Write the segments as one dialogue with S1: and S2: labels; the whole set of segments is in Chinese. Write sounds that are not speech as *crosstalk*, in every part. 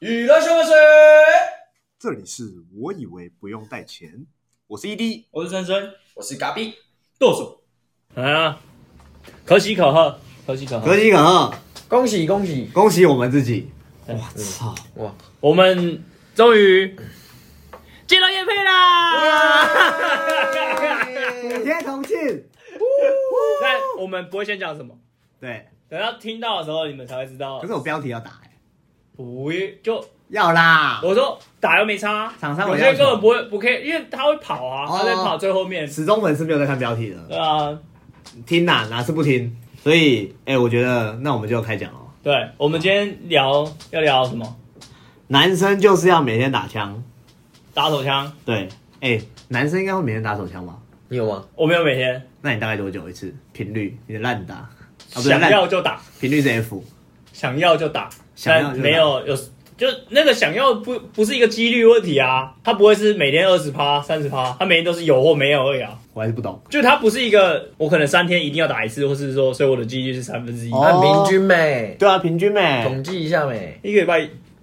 S1: 娱乐新闻水，
S2: 这里是我以为不用带钱，我是 E ED，
S1: 我是森森，
S3: 我是嘎比，
S1: 剁手。
S4: 来啊，可喜可贺，可喜可贺。
S2: 喜可贺，
S3: 恭喜恭喜！
S2: 啊恭喜我们自己！
S4: 嗯
S2: 哇操，
S3: 哇，
S4: 我们终于接到叶配啦！
S2: 五天同庆，
S4: *laughs* 但我们不会先讲什么，
S2: 对，
S4: 等到听到的时候你们才会知道
S2: 可。是我标题要打、欸，
S4: 不就
S2: 要啦，
S4: 我说打又没差，
S2: 厂商
S4: 有
S2: 我
S4: 些
S2: 要
S4: 人根
S2: 求
S4: 本不会不可以，因为他会跑啊，
S2: 哦
S4: 他在跑最后面。
S2: 始终粉丝没有在看标题
S4: 对
S2: 的，
S4: 啊，
S2: 听哪哪是不听，所以哎、我觉得那我们就开讲哦。
S4: 对，我们今天聊要聊什么？
S2: 男生就是要每天打枪，
S4: 打手枪，
S2: 对，哎、男生应该会每天打手枪吧？
S3: 你有吗？
S4: 我没有每天
S2: 那你大概多久一次？频率？你的烂打啊，不是
S4: 想
S2: 烂
S4: 要就打，
S2: 频率是 F，
S4: 想要就打，
S2: 想要就
S4: 但
S2: 打
S4: 没有有就那个想要不不是一个几率问题啊，他不会是每天二十趴、三十趴，他每天都是有或没有而已啊。
S2: 我还是不懂。
S4: 就他不是一个我可能三天一定要打一次，或是说，所以我的几率是三分之一，
S2: 哦
S3: 按平均呗，
S2: 对啊，平均呗、
S3: 统计一下呗。
S4: 一个礼拜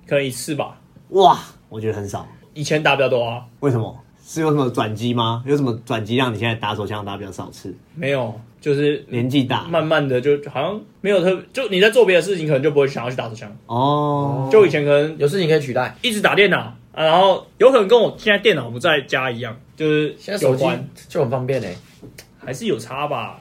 S4: 可能一次吧。
S2: 哇，我觉得很少。
S4: 以前打比较多啊，
S2: 为什么？是有什么转机吗？有什么转机让你现在打手枪打比较少次？
S4: 没有，就是
S2: 年纪大
S4: 慢慢的就好像没有特别，就你在做别的事情，可能就不会想要去打手枪。
S2: 哦，
S4: 就以前可能
S3: 有事情可以取代，
S4: 一直打电脑，啊、然后有可能跟我现在电脑不在家一样，就是
S3: 现在手机
S4: 有关
S3: 就很方便嘞、
S4: 还是有差吧，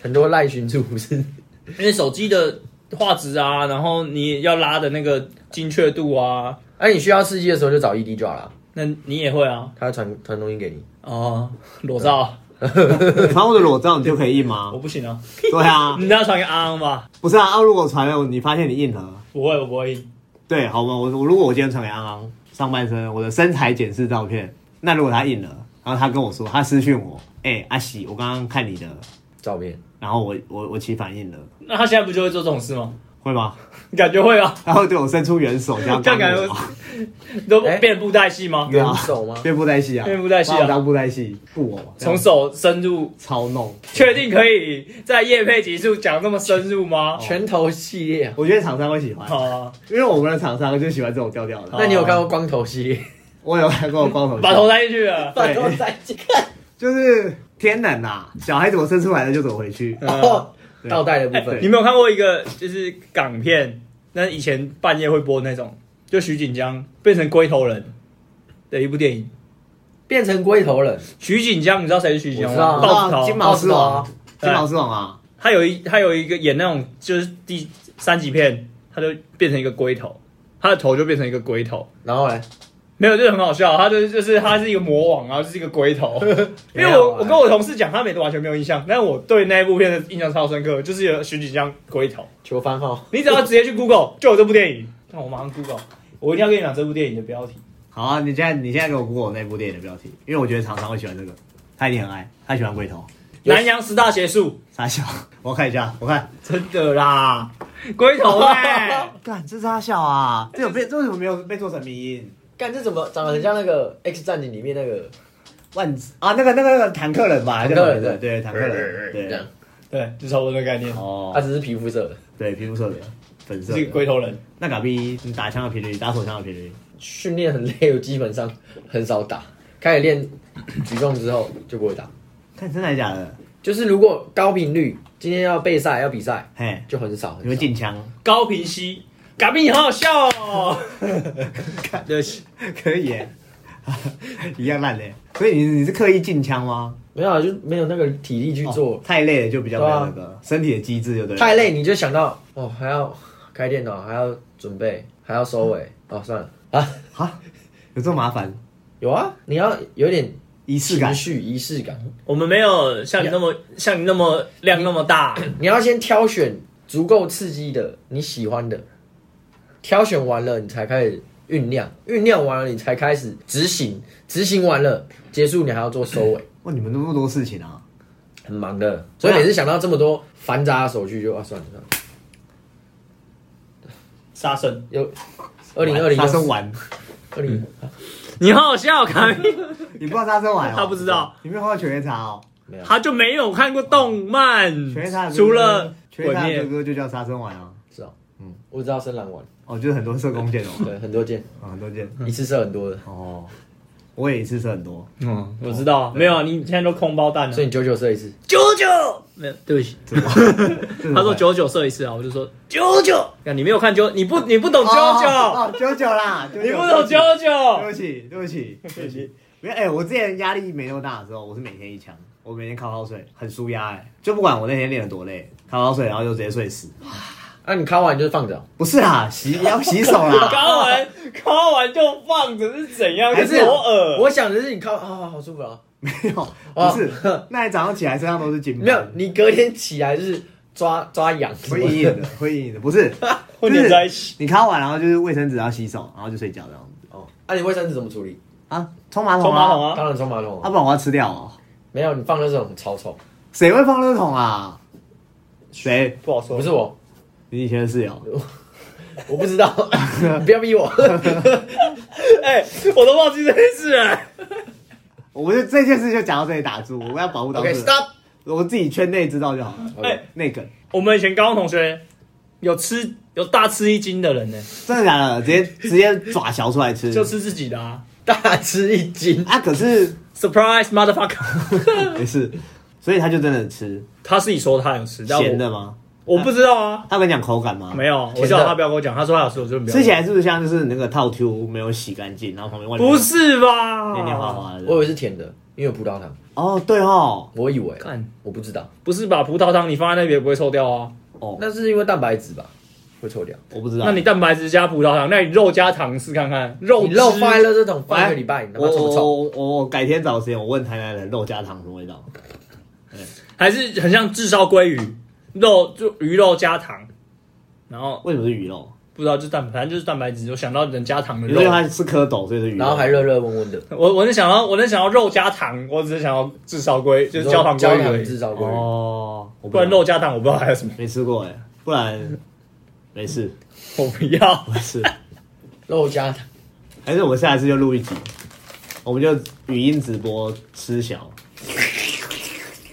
S3: 很多赖群主不是 *laughs*
S4: 因为手机的画质啊，然后你要拉的那个精确度啊，
S3: 哎、你需要刺激的时候就找 ED 就好了，
S4: 那你也会啊，
S3: 他会传传东西给你。
S4: 哦、裸照
S2: 传我的裸照你就可以印吗
S4: *laughs* 我？不行啊，
S2: 对啊，
S4: 你要传给安安吧，
S2: 不是啊，啊如果传了你发现你硬了，
S4: 不会，我不会印，
S2: 对，好吗？我我如果我今天传给安安上半身我的身材检视照片，那如果他硬了，然后他跟我说他私讯我，哎、阿喜，我刚刚看你的，
S3: 照片，
S2: 然后我我我起反应了，
S4: 那他现在不就会做这种事吗？
S2: 会吗？ *laughs*
S4: 你感觉会啊？
S2: 他会对我伸出援手，这样
S4: 这样
S2: 干
S4: 感觉
S2: 我吗，
S4: 你都变布袋戏吗？
S3: 元首吗？
S2: 变布袋戏啊，
S4: 变布袋戏啊
S2: 把我当布袋戏布偶，这样
S4: 从手深入，
S2: 操弄。
S4: 确定可以在夜配集数讲那么深入吗？
S3: 拳头系列啊？
S2: 我觉得厂商会喜欢，
S4: 好啊，
S2: 因为我们的厂商就喜欢这种调调的。哦
S3: 那你有看过光头系列？
S2: 我有看过光头强，
S4: 把头塞进去了。
S2: 对
S3: 头哦再见。看
S2: 就是天然呐、小孩怎么生出来的就怎么回去。
S4: 嗯
S3: 哦，
S2: 对
S3: *laughs* 倒带的
S4: 哎
S3: 部分
S4: 你，没有看过一个就是港片，那以前半夜会播那种，就徐锦江变成龟头人的一部电影。
S3: 变成龟头人，
S4: 徐锦江，你知道谁是徐锦江
S3: 我知道
S4: 吗？豹子
S2: 啊金
S4: 头。
S2: 毛狮王
S3: 豹
S2: 啊
S3: 子，
S2: 金毛狮王啊，
S4: 他有一他有一个演那种就是第三级片，他就变成一个龟头，他的头就变成一个龟头。
S3: 然后嘞，
S4: 没有，就是很好笑。他就是就是他是一个魔王啊，就是一个
S3: *laughs*
S4: 龟头。因为
S3: 没有
S4: 我
S3: 啊
S4: 我跟我同事讲，他们也都完全没有印象，但我对那一部片的印象超深刻，就是有徐锦江龟头。
S3: 求番号，
S4: 你只要直接去 Google 就有这部电影。那我马上 Google，我一定要跟你讲这部电影的标题。
S2: 好啊，你现在你现在给我 g o 那部电影的标题，因为我觉得厂商会喜欢这个，他一定很爱，他喜欢龟头。
S4: 南洋十大邪术，
S2: 傻笑， *laughs* 我看一下，我看，
S4: 真的啦，龟头哎、
S2: 干，这是他笑啊，这有被这为什么没有被做成迷因？
S3: 干这怎么长得很像那个 X 战警里面那个？
S2: 万子啊，那个那个那个坦克人吧，
S3: 坦克
S2: 叫
S3: 人
S2: 什么名字对，坦克人，
S3: 这样啊
S2: 对，，
S4: *laughs* 对，就差不多这个概念。
S3: 他
S2: 哦，
S3: 只是皮肤色的。
S2: 对，皮肤色的，粉色
S4: 是个
S2: 的。
S4: 龟头人，
S2: 那嘎逼，你打枪的频率，打手枪的频率，
S3: 训练很累，我基本上很少打。开始练举重之后就不会打。
S2: 看真的还是假的？
S3: 就是如果高频率，今天要备赛要比赛，
S2: 嘿，
S3: 就很少很
S2: 你会
S3: 少。
S2: 进
S4: *laughs*
S2: 枪？
S4: 高平息，嘎比你好好笑哦。对不起，
S2: 可以耶， *laughs* 一样烂嘞。所以你你是刻意进枪吗？
S3: 没有啊，就没有那个体力去做，
S2: 哦太累了就比较没有那
S3: 对
S4: 啊
S2: 个身体的机制，就对了。
S3: 太累你就想到哦，还要开电脑，还要准备，还要收尾。哦，算了啊，
S2: 啊，有这么麻烦？
S3: 有啊，你要有点
S2: 仪式
S3: 情
S2: 感
S3: 绪仪式感，
S4: *laughs* 我们没有像你那么像你那么量那么大，
S3: 你要先挑选足够刺激的你喜欢的，挑选完了你才开始酝酿，酝酿完了你才开始执行，执行完了结束你还要做收尾，
S2: 哇，你们那么多事情啊！
S3: 很忙的。所以每次想到这么多繁杂的手续就啊算了算了。
S4: 杀生。
S3: 有二零二零
S2: 杀生
S4: *laughs*
S2: 丸，
S3: 二零
S4: 你好好笑，卡比，
S2: 你不知道杀生丸、哦？
S4: 他不知道，
S2: 你没有看过犬夜叉哦？
S3: 没有
S4: 他就没有看过动漫
S2: 犬夜叉的，哥哥
S4: 除了
S2: 犬夜
S4: 鬼
S2: 叉的
S4: 灭
S2: 哥哥就叫杀生丸啊。
S3: 是哦，嗯，我知道深蓝丸，
S2: 哦，就是很多射弓箭哦，
S3: 对，很多件，
S2: 啊，很多箭，
S3: 一次射很多的，
S2: 哦，我也一次射很多，
S4: 嗯，我知道，没有啊，你现在都空包弹了
S3: 所。以你九九射一次，
S4: 九九，没有，对不起，
S2: 嗯
S4: 他说九九射一次啊，我就说九九，看你没有看九，你不你不懂九九，
S2: 哦，九九啦，99
S4: 你不懂九
S2: 对
S4: 九，
S2: 不起，对不
S4: *laughs*
S2: 起，对不起。没有，哎、我之前压力没那么大的时候，我是每天一枪，我每天靠靠睡，很舒压，哎，就不管我那天练得多累，靠靠睡，然后就直接睡死。
S3: 那啊你看完你就放着，
S2: 不是啦，洗要洗手
S4: *laughs*
S2: 啦，
S4: 敲完敲完就放着是怎样？
S3: 还
S4: 是
S3: 是
S4: 多耳？
S3: 我想的是你看啊，好舒服啊，
S2: 没有，
S4: 哦
S2: 不是，那你早上起来身上都是金
S3: 没有，你隔天起来就是抓抓痒，
S2: 会隐隐的，会隐隐的，不是，
S4: 会粘在一起。
S2: 你靠完然后就是卫生纸要洗手，然后就睡觉这样子
S3: *laughs* 哦，那你卫生纸怎么处理？
S2: 啊，冲马桶，
S4: 冲马桶啊哦
S3: 当然冲马桶
S2: 啊，
S3: 啊，
S2: 不然我要吃掉哦，
S3: 没有，你放那种超臭，
S2: 谁会放垃圾桶啊？谁？
S4: 不好说，
S3: 不是我，
S2: 你以前的室友？
S4: *laughs*
S3: 我不知道，不要逼我，
S4: 哎、我都忘记这件事了。
S2: 我就这件事就讲到这里打住，我要保护到
S3: OK
S2: 自己
S3: stop，哎
S2: 我自己圈内知道就好了。
S3: OK
S2: 那个
S4: 哎我们以前高中同学有吃有大吃一惊的人呢、
S2: 真的假的？直接直接爪小出来吃，
S4: 就吃自己的啊
S3: 大吃一惊，
S2: 啊，可是
S4: ，surprise motherfucker。 *laughs*
S2: 没事，所以他就真的吃
S4: 他自己说他有吃，但
S2: 咸
S4: 我
S2: 的吗？
S4: 我不知道啊，
S2: 他跟你讲口感吗？
S4: 没有，啊我
S3: 甜的
S4: 叫他不要跟我讲，他说他有吃，我就没有。
S2: 吃起来是不是像就是那个套 Q 没有洗干净，然后旁边外面
S4: 不是啊吧？
S2: 黏黏滑滑的？
S3: 我以为是甜的，因为有葡萄糖，
S2: 哦，对哦，
S3: 我以为，
S4: 看
S3: 我不知道，
S4: 不是吧？葡萄糖你放在那边也不会臭掉啊。
S2: 哦，
S3: 那是因为蛋白质吧，会臭掉。
S2: 我不知道。
S4: 那你蛋白质加葡萄糖，那你肉加糖试看看，肉
S3: 你肉
S4: 汁
S3: 放在垃圾桶放一
S2: 哎
S3: 个礼拜，你他妈
S2: 我
S3: 臭不
S4: 哦
S3: 臭？
S2: 我我我改天找时间我问台南人肉加糖什么味道？
S4: 还是很像炙烧鲑鱼，肉就鱼肉加糖，然后
S2: 为什么是鱼肉？
S4: 不知道就蛋，反正就是蛋白质，我想到能加糖的
S2: 因
S4: 肉
S2: 为。它是蝌蚪，所以是鱼肉。
S3: 然后还热热温温的，
S4: 我我能想到，我能想到肉加糖，我只是想要炙烧鲑，就是焦糖
S3: 焦
S4: 鲑鱼而
S3: 糖
S4: 已，
S3: 制造鲑鱼。
S2: 哦，我
S4: 不然肉加糖我不知道还有什么， *laughs*
S2: 没吃过哎，不然没事
S4: 我不要。
S2: 没事。
S3: 肉加糖，
S2: 还哎是我们下一次就录一集，我们就语音直播吃小。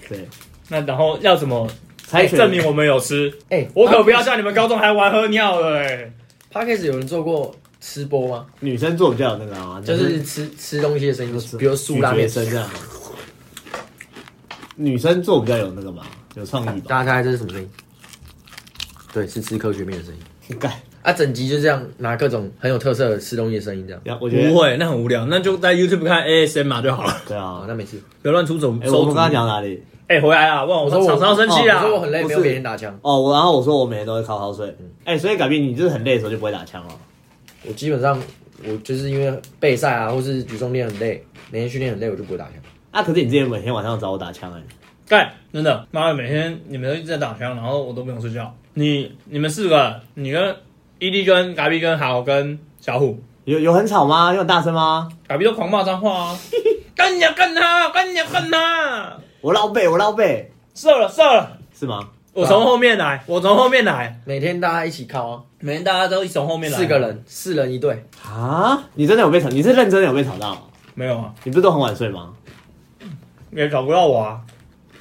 S2: 对，
S4: 那然后要怎么哎
S2: 猜拳
S4: 证明我们有吃？
S3: 哎，
S4: 我可不要
S3: 啊
S4: 像你们高中还玩喝尿了哎！
S3: Podcast 有人做过吃播吗？
S2: 女生做比较有那个啊，
S4: 嗯
S3: 就是吃吃东西的声音，
S2: 就是
S3: 比如素拉面
S2: 咀嚼。声这样。女生做比较有那个吧，有创
S3: *laughs*
S2: 意吧。
S3: 大家猜这是什么声音？对，是吃科学面的声音。
S2: 干，
S3: 啊，整集就这样拿各种很有特色的吃东西的声音这样。
S2: 然后我觉得
S4: 不，会，那很无聊，那就在 YouTube 看 ASMR 就好了，
S2: 对
S3: 好，
S2: 啊。
S3: 那没事。
S4: 不要乱出走
S2: 哎，我
S4: 手
S2: 们
S4: 主
S2: 刚刚讲哪里？
S4: 哎回来啊！问我
S3: 我说
S4: 说
S3: 我
S4: 厂商生气
S3: 我
S4: 啊！
S3: 说我很累，
S2: 不
S3: 没
S2: 是
S3: 有每天打枪。
S2: 哦，我然后我说我每天都会靠靠睡。
S3: 嗯
S2: 哎，所以改变你就是很累的时候就不会打枪了。
S3: 我基本上我就是因为备赛啊，或是举重练很累，每天训练很累，我就不会打枪。
S2: 啊，可是你之前每天晚上找我打枪哎，
S4: 干，真的，妈的，每天你们都一直在打枪，然后我都不用睡觉。你你们四个，你跟伊利跟嘎比跟豪跟小虎，
S2: 有有很吵吗？有很大声吗？
S4: 嘎比都狂骂脏话啊！干呀干他，干呀干他，
S2: 我绕背，我绕背，
S4: 射了射了！
S2: 是吗？
S4: 我从后面来，我从后面来，
S3: 每天大家一起靠啊，
S4: 每天大家都一从后面来。
S3: 四个人，四人一队。
S2: 啊，你真的有被吵？你是认真的有被吵到？
S4: 没有啊，
S2: 你不是都很晚睡吗？
S4: 也找不到我啊！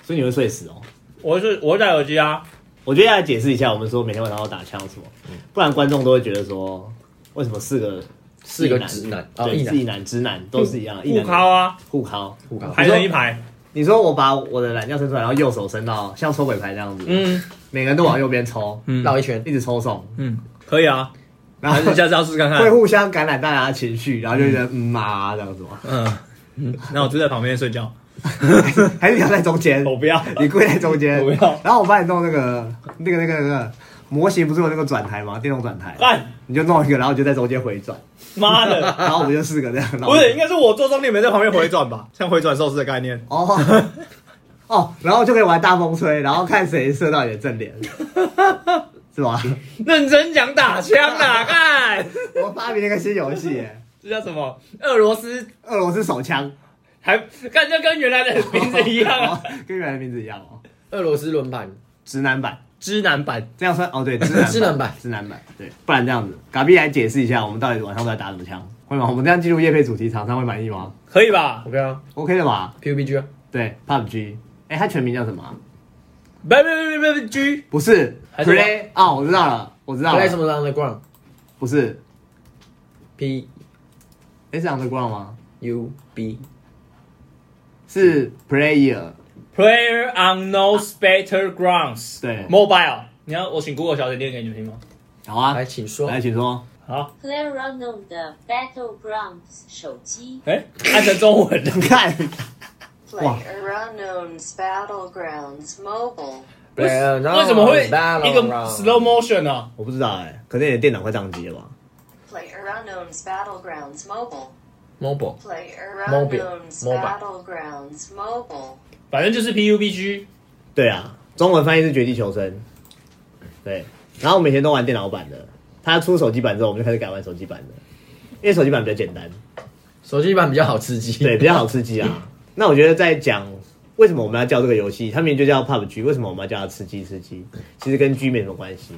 S2: 所以你会睡死哦。
S4: 我是我会戴耳机啊，
S2: 我觉得要解释一下，我们说每天晚上要打枪什么，不然观众都会觉得说，为什么四个
S3: 四个
S2: 一男
S3: 直男啊，
S2: 对
S3: 一
S2: 是
S3: 男
S2: 一男直男都是一样，一
S4: 互
S2: 男
S4: 敲啊，
S2: 互靠。
S3: 互靠，
S4: 排成一排。
S2: 你说我把我的懒觉伸出来，然后右手伸到像抽鬼牌那样子，
S4: 嗯
S2: 每个人都往右边抽，
S4: 嗯
S3: 绕一圈，
S2: 一直抽送，
S4: 嗯，可以啊，
S2: 然
S4: 还
S2: 后
S4: 是下次要试试看看
S2: *laughs* 会。互相感染大家的情绪，然后就觉得嗯啊这样子吗？
S4: 嗯嗯，那我就在旁边睡觉。
S2: 还是你要在中间？
S4: 我不要，
S2: 你跪在中间，
S4: 我不要
S2: 然哦后我帮你弄那个那个那个那个模型，不是有那个转台吗？电动转台，
S4: 干
S2: 你就弄一个，然后你就在中间回转，
S4: 妈的！
S2: 然后我们就四个这样。然后
S4: 不是，应该是我做中你们在旁边回转吧，像回转寿司的概念。
S2: 哦哦，然后就可以玩大风吹，然后看谁射到你的正脸，是吧？ *laughs*
S4: 认真讲打枪啊，看
S2: 我发明了一个新游戏耶，
S4: 这叫什么？俄罗斯
S2: 俄罗斯手枪，
S4: 还看就跟原来的名字一样啊，
S2: 哦跟原来的名字一样哦，
S3: 俄罗斯轮盘，
S2: 直男版。
S4: 知男版。
S2: 这样算哦，对，直男
S3: 直男版
S2: 直男版，对，不然这样子，嘎比来解释一下，我们到底晚上都在打什么枪，会吗？我们这样进入夜配主题，厂商会满意吗
S4: 可以吧
S3: OK 啊
S2: ？OK 的吧？
S3: ，PUBG 啊，
S2: 对，PUBG，哎、它全名叫什么啊？
S4: ？B B B B B G
S2: 不是
S4: 还是
S2: Play 啊、我知道了我知道
S3: ？Play 什
S2: 了，
S3: 么 on the ground
S2: 不是
S3: P
S2: A 是 underground 吗？
S3: U B
S2: 是 player，
S4: Player on no battlegrounds。
S2: 对
S4: ，Mobile。你要我请 Google 小姐念给你们听吗？
S2: 好啊，
S3: 来，请说。
S2: 来，
S3: *laughs*
S2: 请说。
S4: 好，
S1: Clarono 的 Battlegrounds 手机
S4: 哎、按成中文的。
S2: 你看，哇
S1: Clarono's Battlegrounds Mobile
S4: 为什 *laughs* 为什么会一个 slow motion 呢、啊？
S2: 我不知道哎、可能你的电脑快宕机了吧？
S1: Clarono's Battlegrounds Mobile
S3: mobile？
S1: Clarono's
S3: Mobile.
S1: Battlegrounds Mobile
S4: 反正就是 PUBG。
S2: 对啊，中文翻译是《绝地求生》。对，然后我们以前都玩电脑版的，他出手机版之后，我们就开始改玩手机版的，因为手机版比较简单，
S3: 手机版比较好吃鸡。
S2: 对，比较好刺激
S3: *laughs*
S2: 啊。那我觉得在讲为什么我们要叫这个游戏，它名就叫 PUBG，为什么我们要叫它吃鸡吃鸡？其实跟 G 没什么关系，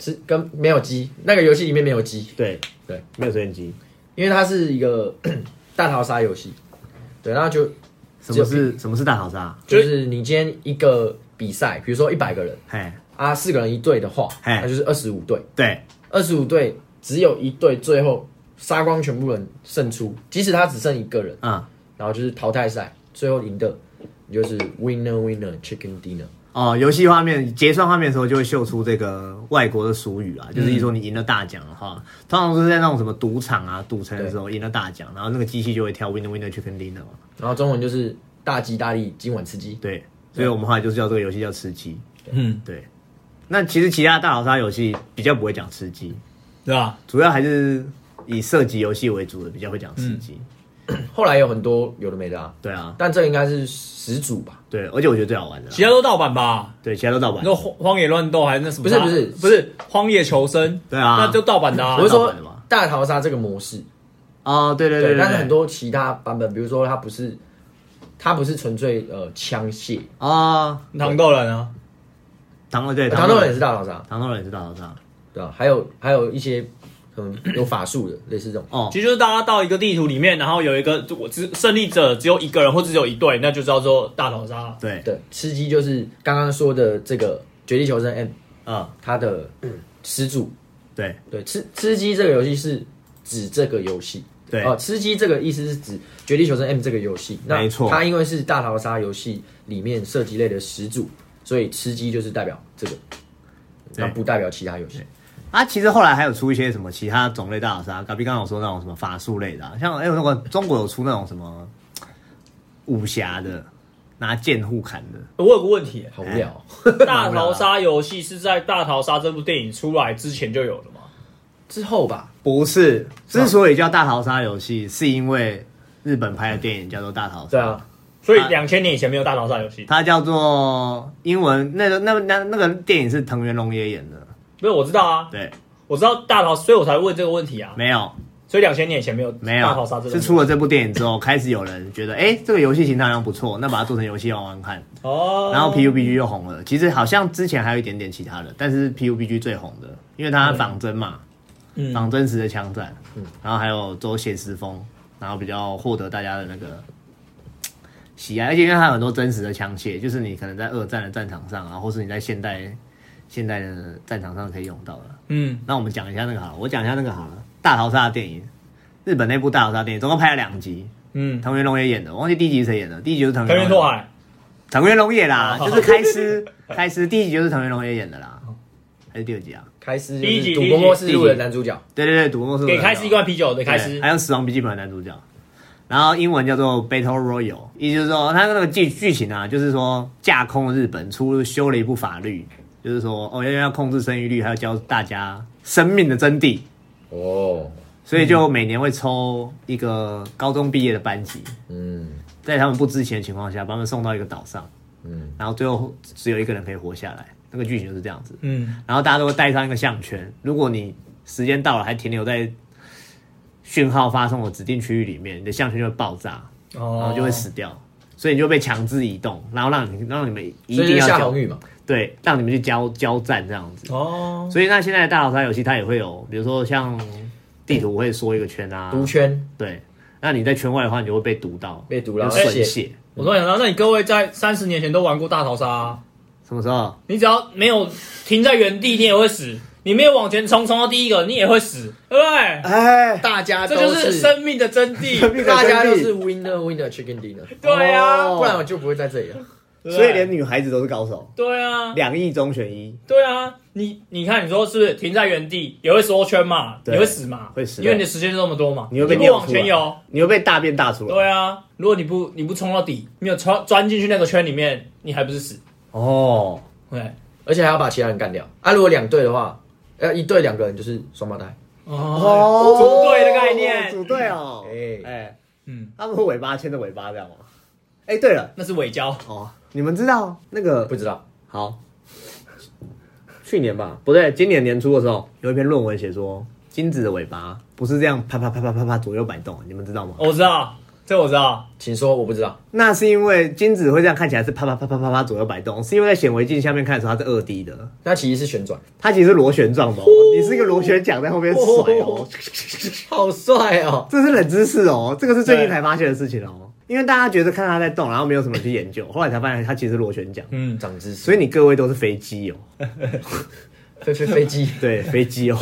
S3: 吃跟没有鸡，那个游戏里面没有鸡，
S2: 对
S3: 对，
S2: 没有随便机。
S3: 因为它是一个 *clears throat* 大逃杀游戏。对，然后就
S2: 什
S3: 么
S2: 是什么是大逃杀？
S3: 就是你今天一个比赛，比如说一百个人
S2: 嘿，
S3: 啊，四个人一队的话，
S2: 嘿
S3: 那就是二十五队，
S2: 对，
S3: 二十五队只有一队最后杀光全部人胜出，即使他只剩一个人，
S2: 啊、
S3: 然后就是淘汰赛，最后赢的你就是 winner winner chicken dinner。
S2: 哦，游戏画面结算画面的时候就会秀出这个外国的俗语啊，就是一说你赢了大奖的话，通常都是在那种什么赌场啊、赌城的时候赢了大奖，然后那个机器就会跳 winner winner chicken dinner 嘛。
S3: 然后中文就是大吉大利，今晚吃鸡。
S2: 对，所以我们后来就是叫这个游戏叫吃鸡。
S4: 嗯，
S2: 对，那其实其他大逃杀游戏比较不会讲吃鸡，
S4: 对吧？
S2: 主要还是以射击游戏为主的比较会讲吃鸡。
S3: 后来有很多有的没的啊，
S2: 对啊，
S3: 但这应该是始祖吧？
S2: 对，而且我觉得最好玩的啦，
S4: 其他都盗版吧？
S2: 对其他都盗版
S4: 那。荒荒野乱斗还是那什么？
S3: 不是不是
S4: 不是荒野求生，
S2: 对啊
S4: 那就盗版的啊
S3: 我。是
S2: 盗
S3: 说
S2: 版的吧
S3: 大逃杀这个模式，
S2: 哦，对对
S3: 对，
S2: 对，
S3: 但是很多其他版本，比如说它不是它不是纯粹呃枪械，
S2: 啊，
S4: 糖豆人啊，
S2: 糖豆对
S3: 糖豆哦人也是大逃杀，
S2: 糖豆人也是大逃杀
S3: 对吧？还有还有一些可能有法术的，类似这种。
S2: 哦
S4: 其，实就是大家到一个地图里面，然后有一个我只胜利者只有一个人或者只有一队，那就叫做大逃杀了。
S2: 对，
S3: 对，吃鸡就是刚刚说的这个《绝地求生 M》
S2: 啊，
S3: 它的始祖。
S2: 对
S3: 对，吃吃鸡这个游戏是指这个游戏。
S2: 对
S3: 哦，吃鸡这个意思是指《绝地求生 M》这个游戏。那
S2: 没错
S3: 它因为是大逃杀游戏里面射击类的始祖，所以吃鸡就是代表这个，那不代表其他游戏。
S2: 啊，其实后来还有出一些什么其他种类大逃杀，隔壁刚刚有说那种什么法术类的啊、像哎、有那个中国有出那种什么武侠的，拿剑互砍的，
S4: 我有个问题，
S3: 好无聊、哦，
S4: 大
S2: 啊
S4: 逃杀游戏是在《大逃杀》这部电影出来之前就有了吗？
S3: 之后吧，
S2: 不是，之所以叫大逃杀游戏，是因为日本拍的电影叫做大逃杀，
S3: 对啊，
S4: 所以两千年以前没有大逃杀游戏。
S2: 它叫做英文那个那那那个电影是藤原龙也演的，
S4: 不是，我知道啊，
S2: 对，
S4: 我知道大逃，所以我才问这个问题啊。
S2: 没有
S4: 所以两千年以前没有
S2: 没
S4: 大逃杀
S2: 有，
S4: 这
S2: 是
S4: 种
S2: 出了这部电影之后，开始有人觉得，哎、这个游戏形态好像不错，那把它做成游戏玩玩看，
S4: 哦，
S2: 然后 PUBG 又红了。其实好像之前还有一点点其他的，但是 PUBG 最红的，因为它仿真嘛，
S4: 嗯
S2: 仿真实的枪战，然后还有走写实风，然后比较获得大家的那个嘖喜爱，而且因为它有很多真实的枪械，就是你可能在二战的战场上啊，或是你在现代现代的战场上可以用到的。
S4: 嗯，
S2: 那我们讲一下那个好了，我讲一下那个好了，大逃杀的电影，日本那部大逃杀电影，总共拍了两集，
S4: 嗯，
S2: 藤原龙也演的，我忘记第一集是谁演的，第一集就是藤
S4: 藤
S2: 原
S4: 原
S2: 龙
S4: 拓海，
S2: 藤原龙也
S4: *laughs*
S2: 啦，
S4: 哦
S2: 就是开司开司第一集就是藤原龙也演的啦，还是第二集啊？
S3: 开始
S4: 第一集
S3: 就是赌博末
S2: 第
S3: 世
S2: 一集
S3: 录的男主角，
S2: 对对对，赌博是
S4: 给开司一罐啤酒的开司
S2: 对，还有《死亡笔记本》的男主角，然后英文叫做 Battle Royal，意思就是说他那个剧剧情啊，就是说架空日本出修了一部法律，就是说哦要要控制生育率，还要教大家生命的真谛，
S3: 哦，
S2: 所以就每年会抽一个高中毕业的班级，
S3: 嗯
S2: 在他们不知情的情况下，把他们送到一个岛上，
S3: 嗯，
S2: 然后最后只有一个人可以活下来，那个剧情就是这样子。
S4: 嗯，
S2: 然后大家都会带上一个项圈。如果你时间到了还停留在讯号发送的指定区域里面，你的项圈就会爆炸，然
S4: 哦
S2: 后就会死掉。所以你就被强制移动，然后让你让你们一
S3: 所以就
S2: 定
S3: 是
S2: 要
S3: 夏
S2: 交
S3: 红玉嘛，
S2: 对，让你们去交交战这样子。
S4: 哦，
S2: 所以那现在的大逃杀游戏它也会有，比如说像地图会缩一个圈啊，
S3: 毒圈
S2: 对。那你在圈外的话，你就会被毒到，
S3: 被毒到
S2: 损
S3: 血
S2: 血。
S4: 我突然想到，那你各位在三十年前都玩过大逃杀啊，
S2: 什么时候？
S4: 你只要没有停在原地，你也会死。你没有往前冲，冲到第一个，你也会死，对不对？ *laughs*
S2: 哎，
S3: 大家
S4: 这
S3: 都
S4: 就是生命的真
S2: *laughs*
S4: 谛。
S3: 大家都是 winner winner chicken dinner，
S4: 对啊，
S2: 哦
S3: 不然我就不会在这里了。
S4: 对不对
S2: 所以连女孩子都是高手，
S4: 对啊，
S2: 两亿中选一，
S4: 对啊，你你看，你说是不是停在原地也会缩圈嘛？
S2: 对
S4: 你会死嘛？
S2: 会死
S4: 因为你的时间就那么多嘛。
S2: 你会被
S4: 不
S2: 尿
S4: 往
S2: 出
S4: 前
S2: 来
S4: 游。
S2: 你会被大便大出来。
S4: 对啊，如果你不你不冲到底，没有穿钻进去那个圈里面，你还不是死？
S2: 哦，
S4: 对，
S3: 而且还要把其他人干掉。啊，如果两队的话，要一队两个人就是双胞胎。
S4: 哦，组队的概念
S2: 组队哦，
S3: 哎
S2: 哎哎，
S4: 嗯，
S2: 他们会尾巴牵着尾巴这样吗？哎，对了，
S4: 那是伪交。
S2: 哦，你们知道那个
S3: 不知道，
S2: 好，去年吧，不对，今年年初的时候有一篇论文写说，金子的尾巴不是这样啪啪啪啪啪啪左右摆动，你们知道吗？
S4: 我知道，这我知道。
S3: 请说，我不知道。
S2: 那是因为金子会这样看起来是啪啪啪啪啪啪左右摆动，是因为在显微镜下面看的时候它是二 D 的，
S3: 那其实是旋转，
S2: 它其实是螺旋状的、哦，你是一个螺旋桨在后面甩哦
S3: 哦， *laughs* 好帅哦！
S2: *laughs* 这是冷知识哦，这个是最近
S4: 对
S2: 才发现的事情 *laughs* 哦，因为大家觉得看它在动，然后没有什么去研究，后来才发现它其实是螺旋桨，
S4: 嗯，
S3: 长知识，
S2: 所以你各位都是飞机哦。
S3: 飞飞飞机，
S2: 对，飞机 *laughs* 哦，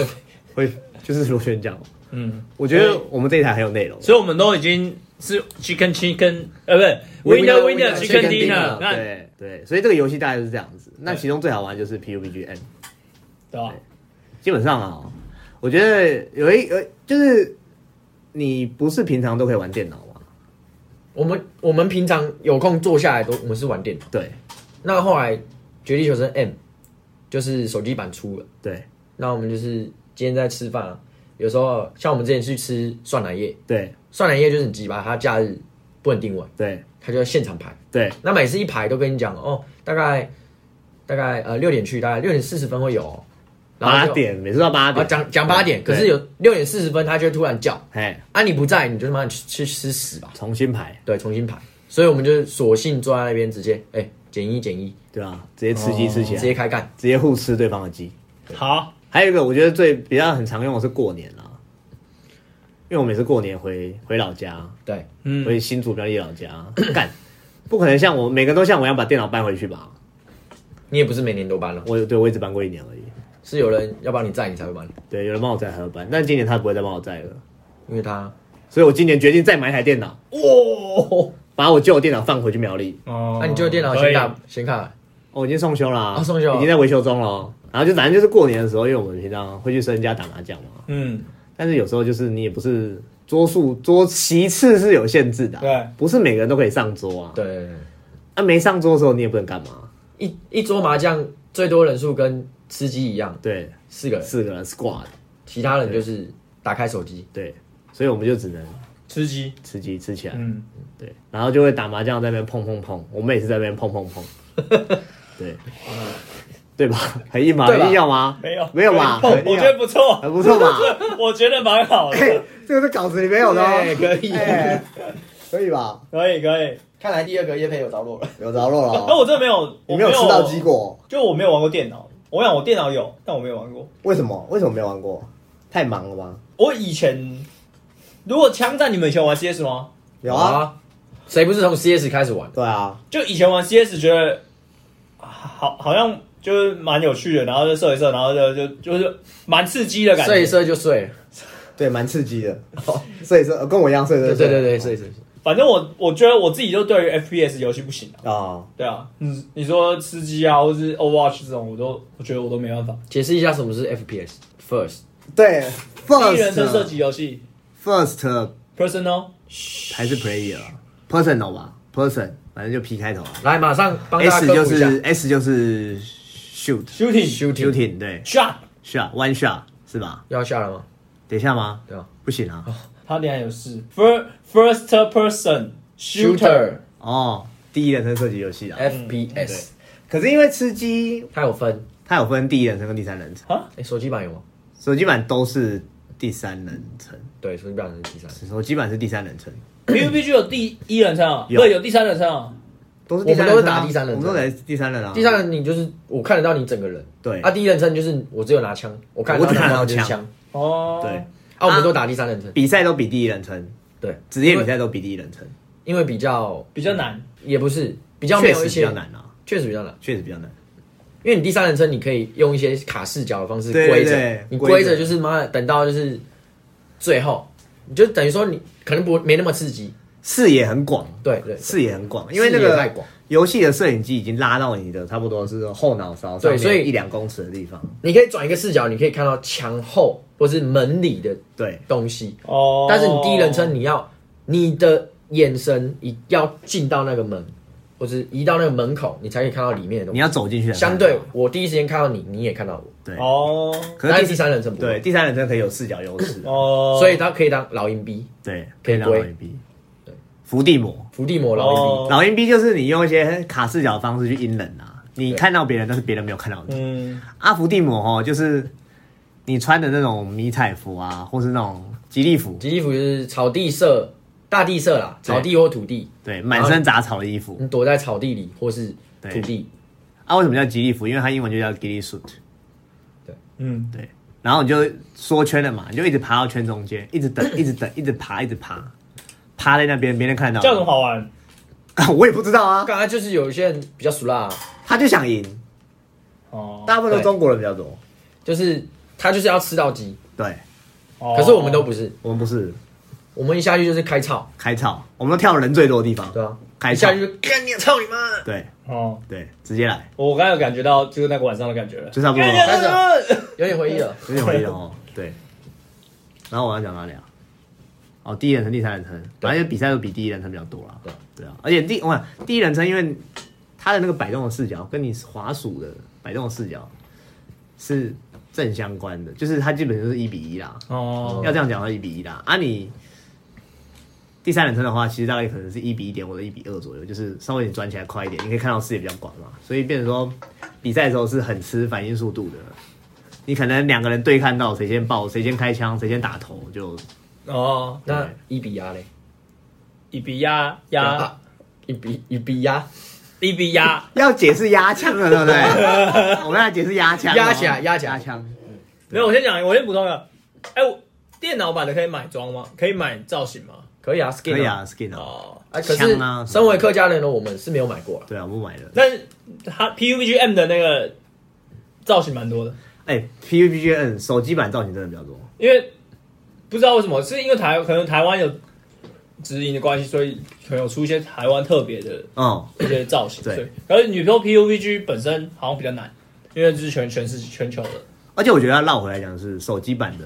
S2: 会就是螺旋桨。哦
S4: 嗯，
S2: 我觉得我们这一台很有内容。
S4: 所以我们都已经是 chicken chicken，呃，不是
S3: Winner,
S4: winner winner
S3: winner,
S4: chicken
S3: chicken
S4: dinner，
S3: dinner，
S4: 那对
S2: 对对，所以这个游戏大概就是这样子。那其中最好玩就是 PUBGM，
S4: 吧？
S2: 基本上啊，我觉得有一呃，就是你不是平常都可以玩电脑嘛？
S3: 我们我们平常有空坐下来都我们是玩电脑。
S2: 对
S3: 那后来《绝地求生 M》就是手机版出了，
S2: 对
S3: 那我们就是今天在吃饭啊，有时候像我们之前去吃酸奶叶，
S2: 对
S3: 酸奶叶就是很鸡巴，它假日不能定位，
S2: 对
S3: 它就要现场排。
S2: 对
S3: 那每次一排都跟你讲哦，大概大概呃六点去，大概六点四十分会有哦、然后
S2: 八
S3: 就
S2: 点每次到八
S3: 啊
S2: 点
S3: 讲讲八点，可是有六点四十分他就会突然叫
S2: 哎
S3: 啊你不在，你就他妈去去吃屎吧，
S2: 重新排
S3: 对，重新排。所以我们就索性坐在那边直接哎减一减一，
S2: 对吧？直接吃鸡吃起
S3: 哦直
S2: 来，
S3: 接开干。
S2: 直接互吃对方的鸡。
S4: 好，
S2: 还有一个我觉得最比较很常用的是过年啦，因为我每次过年回回老家，
S3: 对，
S2: 所
S4: 嗯，
S2: 以新主标的老家 *coughs* 干，不可能像我每个人都像我一样把电脑搬回去吧？
S3: 你也不是每年都搬了，
S2: 我对我一直搬过一年而已。
S3: 是有人要帮你载你才会搬，
S2: 对，有人帮我载还要搬，但今年他不会再帮我载了，
S3: 因为他
S2: 所以我今年决定再买一台电脑，
S3: 哦，
S2: 把我旧的电脑放回去苗栗。
S4: 哦
S3: 啊那你就电脑
S4: 可
S3: 显
S4: 以
S3: 卡显卡
S2: 哦，我已经送修啦，
S3: 哦送修
S2: 已经在维修中了。然后就反正就是过年的时候，因为我们平常会去生家打麻将嘛，
S4: 嗯，
S2: 但是有时候就是你也不是桌数桌席次是有限制的啊、
S4: 对
S2: 不是每个人都可以上桌啊。，
S3: 对对，对
S2: 啊没上桌的时候你也不能干嘛？
S3: 对一一桌麻将最多人数跟吃鸡一样，
S2: 对，
S3: 四个人，
S2: 四个人 squad，
S3: 其他人就是打开手机，
S2: 对，所以我们就只能
S4: 吃鸡，
S2: 吃鸡吃起来。
S4: 嗯，
S2: 对，然后就会打麻将在那边碰碰碰，我们也是在那边碰
S3: *laughs*
S2: 碰碰，对，对吧？很硬吗？
S3: 对
S2: 很
S3: 吧
S2: 硬要吗？
S4: 没有
S2: 没有吧？
S4: 碰
S2: 很硬
S4: 我
S2: 啊
S4: 觉得不错，
S2: 很不错吧？
S4: 我觉得蛮好的，
S2: 这个是稿子里没有的
S3: *laughs* 对，
S2: 哦，
S3: 可以。
S2: *laughs* 哎可以吧？
S4: 可以可以。
S3: 看来第二个叶配有着落了。
S2: 有着落了
S3: *laughs*
S4: 那
S2: 哦，
S4: 我真的没有，
S2: 你
S4: 我
S2: 没有吃到鸡果，
S4: 就我没有玩过电脑，我想我电脑有，但我没有玩过。
S2: 为什么？为什么没玩过？太忙了吗？
S4: 我以前如果枪战，你们以前玩 CS 吗？
S2: 有啊，，
S3: 谁不是从 CS 开始玩？
S2: 对啊，
S4: 就以前玩 CS 觉得啊好，好像就是蛮有趣的，然后就射一射，然后就就就是蛮刺激的感觉。
S3: 射一，射就睡了。
S2: 对，蛮刺激的。 *laughs* 所以说跟我一样，所以
S3: 对
S2: 说
S3: 对对对，射一射。
S4: 反正我我觉得我自己就对于 FPS 游戏不行啊。
S2: 啊，
S4: 对啊，嗯，你说吃鸡啊，或是 Overwatch 这种，我都我觉得我都没办法。
S3: 解释一下什么是 FPS，First
S2: 对
S4: 第一人称射
S2: ，first
S4: 击游戏
S2: first
S4: ，Personal，
S2: 还是 player personal 吧，person 反正就 P 开头啊。
S3: 来马上帮大
S2: S
S3: 家
S2: 就
S3: 科普一下。
S2: 是 S 就是 shoot
S4: Shooting
S2: shooting 对
S4: Shot，
S2: shot one shot 是吧？
S3: 要下了吗？
S2: 等一下吗？
S3: 对啊
S2: 不行啊。
S4: 他竟然有事。First First Person Shooter，
S3: Shooter
S2: 哦，第一人称射击游戏啊。
S3: FPS，
S4: 嗯
S2: 可是因为吃鸡，
S3: 它有分。
S2: 它有分第一人称跟第三人称，
S3: 哎，手机版有吗？
S2: 手机版都是第三人称，
S3: 对，手机版是第三。
S2: 手机版是第三人称，
S4: PUBG 有第一人称啊，
S2: 有
S4: 对，有第三人称啊。
S2: 都是第三人
S3: 我们
S2: 称啊
S3: 都是打第三人
S2: 我
S3: 称
S2: 们都得第三人啊。
S3: 第三人你就是我看得到你整个人。
S2: 对
S3: 啊，第一人称就是我只有拿枪，我看得
S2: 我只看得
S3: 到
S2: 到
S3: 就是
S2: 枪
S3: 枪。
S4: 哦，
S2: 对，
S3: 啊，我们都打第三人称。
S2: 比赛都比第一人称，
S3: 对，
S2: 职业比赛都比第一人称，
S3: 因为比较
S4: 比较难。
S3: 也不是比较没
S2: 确
S3: 有
S2: 实
S3: 一
S2: 啊比
S3: 些
S2: 较，难啊，
S3: 确实比较难。
S2: 确实比较难。
S3: 因为你第三人称你可以用一些卡视角的方式
S2: 对
S3: 归
S2: 对
S3: 着，你
S2: 归
S3: 归
S2: 着
S3: 着就是妈的，等到就是最后，你就等于说你可能不没那么刺激，
S2: 视野很广，
S3: 对对，
S2: 视野很广，因为那
S3: 视野太
S2: 个
S3: 广，
S2: 游戏的摄影机已经拉到你的差不多是后脑勺上
S3: 对
S2: 面
S3: 所以
S2: 一两公尺的地方，
S3: 你可以转一个视角，你可以看到墙后或是门里的
S2: 对，
S3: 东西，
S4: 哦，
S3: 但是你第一人称，你要你的眼神一要进到那个门，或是移到那个门口，你才可以看到里面的东
S2: 你
S3: 西。
S2: 要走进去才看
S3: 相
S2: 得到。
S3: 对，我第一时间看到你，你也看到我，
S2: 对，
S4: 哦
S2: 可
S3: 但
S2: 是
S3: 是
S2: 第
S3: 第三人称不
S2: 对
S3: 会，
S2: 第三人称可以有视角优势，啊
S4: 哦，
S3: 所以他可以当老鹰逼、
S2: 对，
S3: 可
S2: 可以
S3: 以
S2: 当
S3: 归
S2: 老鹰逼，对，伏地魔，
S3: 伏地魔、老鹰
S4: 哦
S3: 逼，
S2: 老鹰逼就是你用一些卡视角的方式去阴人啊，你看到别人，但是别人没有看到你。
S4: 嗯，
S2: 阿伏地魔哦，就是你穿的那种迷彩服啊，或是那种吉利服，
S3: 吉利服就是草地色、大地色啦，
S2: 对
S3: 草地或土地，
S2: 对，满身杂草的衣服
S3: 你躲在草地里或是土地，
S2: 啊。为什么叫吉利服？因为它英文就叫 g i l l y suit。
S4: 嗯，
S2: 对，然后你就缩圈了嘛，你就一直爬到圈中间，一直等，一直等，一直爬，一直爬，趴在那边，没人看到。
S4: 这样很好玩，
S2: 啊？ *laughs* 我也不知道啊，
S3: 刚才就是有一些人比较俗辣、啊
S2: 他就想赢，
S4: 哦，
S2: 大部分都
S3: 对
S2: 中国人比较多。
S3: 就是他就是要吃到鸡，
S2: 对，
S4: 哦
S3: 可是我们都不是，
S2: 我们不是
S3: 我们一下去就是开操，
S2: 开草，我们都跳人最多的地方。
S3: 对吧、
S2: 开
S3: 一
S2: 操
S3: 下去就干你啊操你妈！
S2: 对
S4: 哦，
S2: 对，直接来，
S4: 我刚才有感觉到就是那个晚上的感觉了，
S2: 就差不多
S4: 感觉到什么
S3: 有点回忆了。
S2: 有点回忆了哦。对，然后我要讲哪里啊？哦，第一人称、第三人称，反正比赛都比第一人称比较多啦。
S3: 对
S2: 对啊，而且第我想第一人称，因为他的那个摆动的视角跟你滑鼠的摆动的视角是正相关的，就是它基本就是一比一啦。
S4: 哦
S2: 要这样讲的话，一比一啦。啊，你第三人称的话，其实大概可能是一比一点或者一比二左右，就是稍微你转起来快一点，你可以看到视野比较广嘛，所以变成说比赛的时候是很吃反应速度的。你可能两个人对看到谁先爆，谁先开枪，谁先打头，就
S4: 哦，
S3: 那一比压嘞，
S4: 一比压压
S3: 啊，一比一比压，
S4: 一啊
S3: *laughs*
S4: 比压，
S2: 要解释压枪了，对不对？我们要解释压枪哦，
S3: 压起来压起来
S2: 压枪。
S4: 没有，我先讲，我先补充一个，哎，我电脑版的可以买装吗？可以买造型吗？
S3: 可以啊，skin
S2: 可以，啊，skin 啊，
S4: 哦，
S3: 哎，可
S2: 枪
S3: 是
S2: 啊
S3: 身为客家人呢，我们是没有买过了。
S2: 对啊，我买了。
S4: 但是它 PUBGM 的那个造型蛮多的，
S2: 哎，PUBGN 手机版造型真的比较多，
S4: 因为不知道为什么，是因为台可能台湾有直营的关系，所以可能有出一些台湾特别的
S2: 嗯，
S4: 一些造型。
S2: 对
S4: 所以，而且你说 PUBG 本身好像比较难，因为这是全全世全球的。
S2: 而且我觉得要绕回来讲是手机版的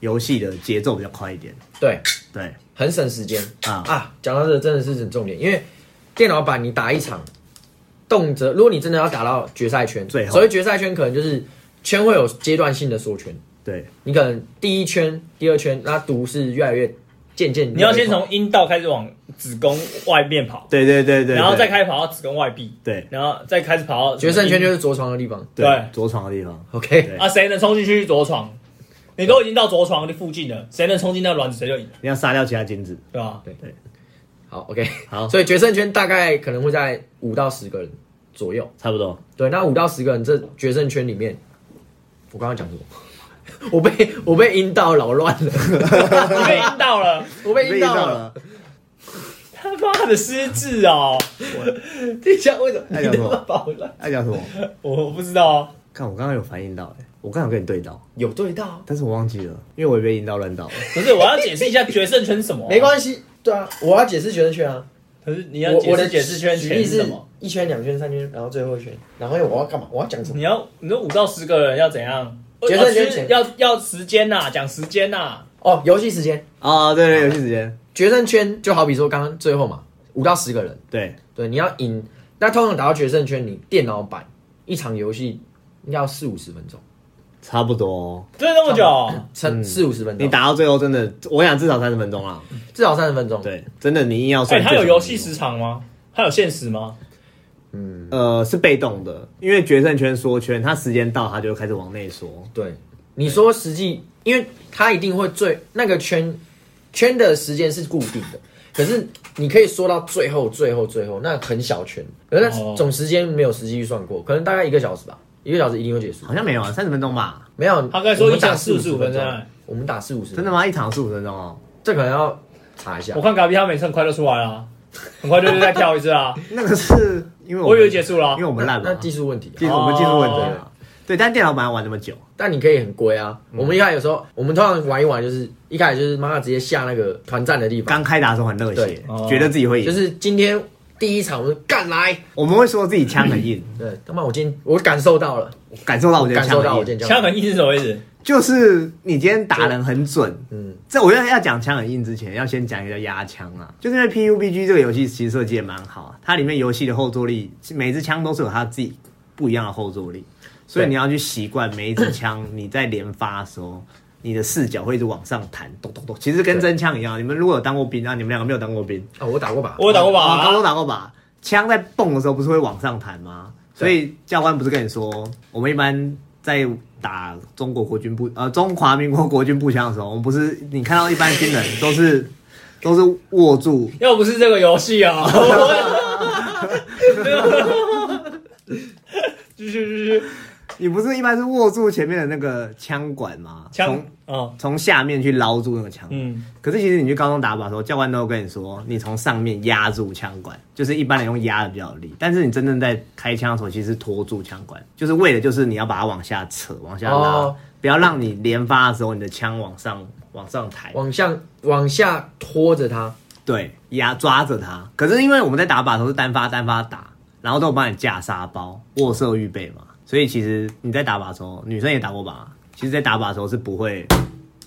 S2: 游戏的节奏比较快一点，
S3: 对，
S2: 对
S3: 很省时间
S2: 啊，
S3: 啊。讲到这个真的是很重点，因为电脑版你打一场，动辄如果你真的要打到决赛圈，
S2: 最后
S3: 所谓决赛圈可能就是圈会有阶段性的缩圈，
S2: 对
S3: 你可能第一圈、第二圈，那毒是越来越渐渐越来越痛，
S4: 你要先从阴道开始往子宫外面跑，
S2: 对对对对，
S4: 然后
S2: 对
S4: 再开始跑到子宫外壁，
S2: 对
S4: 然后再开始跑到
S3: 决胜圈就是着床的地方。
S2: 对
S4: 对
S2: 着床的地方，
S3: OK，
S2: 对
S4: 啊，谁能冲进去着床？你都已经到着床的附近了，谁能冲进那卵子谁就赢了，
S2: 你要杀掉其他精子，
S4: 对吧？
S3: 好，OK，
S2: 好
S3: 所以决胜圈大概可能会在五到十个人左右。
S2: 差不多，
S3: 对，那五到十个人这决胜圈里面，我刚刚讲什么？ *laughs* 我被我被阴道扰乱了，
S4: 你被阴到了，
S3: 我被阴到 *laughs* 了。，
S4: 他妈的失智哦！
S3: 你想为什么？
S2: 哎呀
S3: 你 *laughs* 他妈把我乱
S2: 爱讲什么？
S4: 我不知道啊，
S2: 看我刚刚有反应到，哎，我刚好跟你对到，
S3: 有对
S4: 哦
S3: 到，
S2: 但是我忘记了，因为我也被阴到乱到了，
S4: 不是我要解释一下决胜圈是什么、
S3: 没，关系。对啊，我要解释决胜圈啊。
S4: 可是你要
S3: 我
S4: 解
S3: 我
S4: 释
S3: 的
S4: 解释圈
S3: 举
S4: 前
S3: 例
S4: 是什
S3: 是
S4: 么？
S3: 一圈、两圈、三圈，然后最后一圈，然后我要干嘛？我要讲什么
S4: 你？要你说五到十个人要怎样？
S3: 决胜圈
S4: 哦
S3: 前
S4: 要要时间呐、讲时间呐、
S3: 哦，游戏时间，
S2: 哦，对对，游戏时间，
S3: 决胜圈就好比说刚刚最后嘛，五到十个人，
S2: 对
S3: 对，你要赢。那通常打到决胜圈，你电脑版一场游戏应该要四五十分钟，
S2: 差不多，
S4: 真的那么久、嗯
S3: 成四五十分钟，
S2: 你打到最后真的，我想至少三十分钟啦，
S3: 至少三十分钟。
S2: 对，真的你硬要
S4: 哎、
S2: 算，
S4: 它有游戏时长吗？它有限时吗？
S2: 呃，是被动的，因为决胜圈缩圈，它时间到，它就会开始往内缩。
S3: 对，你说实际，因为它一定会最那个圈圈的时间是固定的，可是你可以说到最后、最后、最后，那很小圈，可是
S4: 哦
S3: 那总时间没有实际预算过，可能大概一个小时吧，一个小时一定会结束
S2: 好。像没有啊，三十分钟吧？
S3: 没有，
S4: 他刚才说
S3: 我们
S4: 一场
S3: 打四
S4: 45
S3: 分
S4: 分钟，啊
S3: 我们打四五十，
S2: 真的？吗？一场十五分钟哦，
S3: 这可能要查一下 *laughs*
S4: 我。看嘎比他每次很快就出来了啊、很快就又再跳一次啊！
S2: 那个是因为
S4: 我以
S2: 有
S4: 为结束了
S2: 因为我们烂嘛
S3: 那，技术问题啊、
S2: 技术我们技术问题
S4: 哦
S2: 啊。对，但电脑版玩那么久，
S3: 但你可以很龟啊。
S2: 嗯
S3: 我们一开始有时候，我们通常玩一玩，就是一开始就是妈妈直接下那个团战的地方，
S2: 刚开打的时候很热血
S3: 对
S4: 哦，
S2: 觉得自己会赢，
S3: 就是今天第一场我们干来，
S2: 我们会说自己枪很硬，
S3: 对，他妈我今天我感受到了，
S2: 感受到我觉得
S3: 感受
S2: 枪
S3: 到我
S2: 很
S3: 今
S2: 硬，
S3: 天这
S4: 枪
S3: 样，
S4: 门硬是什么意思？
S2: 就是你今天打人很准。
S3: 嗯，
S2: 这我觉得要讲枪很硬之前，要先讲一个叫压枪啊，就是因为 PUBG 这个游戏其实设计也蛮好啊，它里面游戏的后坐力，每支枪都是有它自己不一样的后坐力，所以
S3: 对
S2: 你要去习惯每一支枪你在连发的时候。你的视角会一直往上弹，咚咚咚，其实跟
S3: 对
S2: 真枪一样。你们如果有当过兵，啊，你们两个没有当过兵，
S3: 哦，我打过靶，
S4: 我有打过靶
S2: 啊，
S4: 啊
S2: 高中打过靶，枪在蹦的时候不是会往上弹吗？所以教官不是跟你说，我们一般在打中国国军步呃中华民国国军步枪的时候，我们不是你看到一般军人都是 *laughs* 都是握住，
S4: 要不是这个游
S3: *laughs*
S4: 戏啊， *laughs* 继续继续
S2: 你不是一般是握住前面的那个枪管吗？
S4: 枪
S2: 从
S4: 啊，
S2: 从下面去捞住那个枪。
S4: 嗯，
S2: 可是其实你去高中打靶的时候，教官都会跟你说，你从上面压住枪管，就是一般人用压的比较有力。但是你真正在开枪的时候，其实是拖住枪管，就是为了就是你要把它往下扯，往下拉，
S3: 哦
S2: 不要让你连发的时候你的枪往上往上抬，
S3: 往下往下拖着他，
S2: 对，压抓着它。可是因为我们在打靶的时候是单发单发打，然后都有帮你架沙包、握射预备嘛，所以其实你在打靶的时候，女生也打过靶，其实在打靶的时候是不会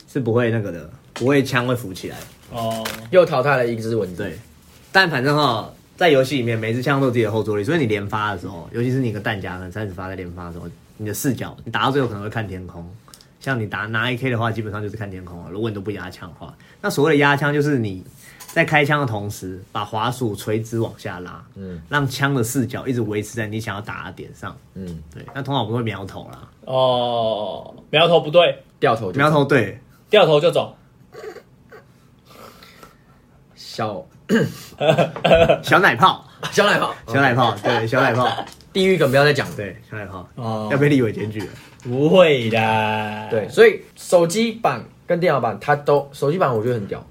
S2: 是不会那个的，不会枪会浮起来的。
S4: 哦，
S3: 又淘汰了一只蚊子，
S2: 对，但反正哈，在游戏里面每支枪都有自己的后坐力，所以你连发的时候，尤其是你个弹夹可能三十发在连发的时候，你的视角，你打到最后可能会看天空。像你打拿 AK 的话，基本上就是看天空了。如果你都不压枪的话，那所谓的压枪就是你在开枪的同时，把滑鼠垂直往下拉，嗯，让枪的视角一直维持在你想要打的点上。
S3: 嗯，
S2: 对，那通常我们会瞄头啦，
S4: 哦，苗头不对，
S3: 掉头就
S2: 瞄
S3: *laughs*
S2: 头对，
S4: 掉头就走。
S3: *laughs* 小
S2: 小奶泡，
S3: 小奶泡，
S2: 小
S3: *laughs*
S2: 奶泡，对，小奶泡，
S3: 地狱梗不要再讲了，
S2: 对，小奶泡，
S4: 哦
S2: 要被立委检举了。
S4: 不会的，
S3: 对，，所以手机版跟电脑版它都，手机版我觉得很屌，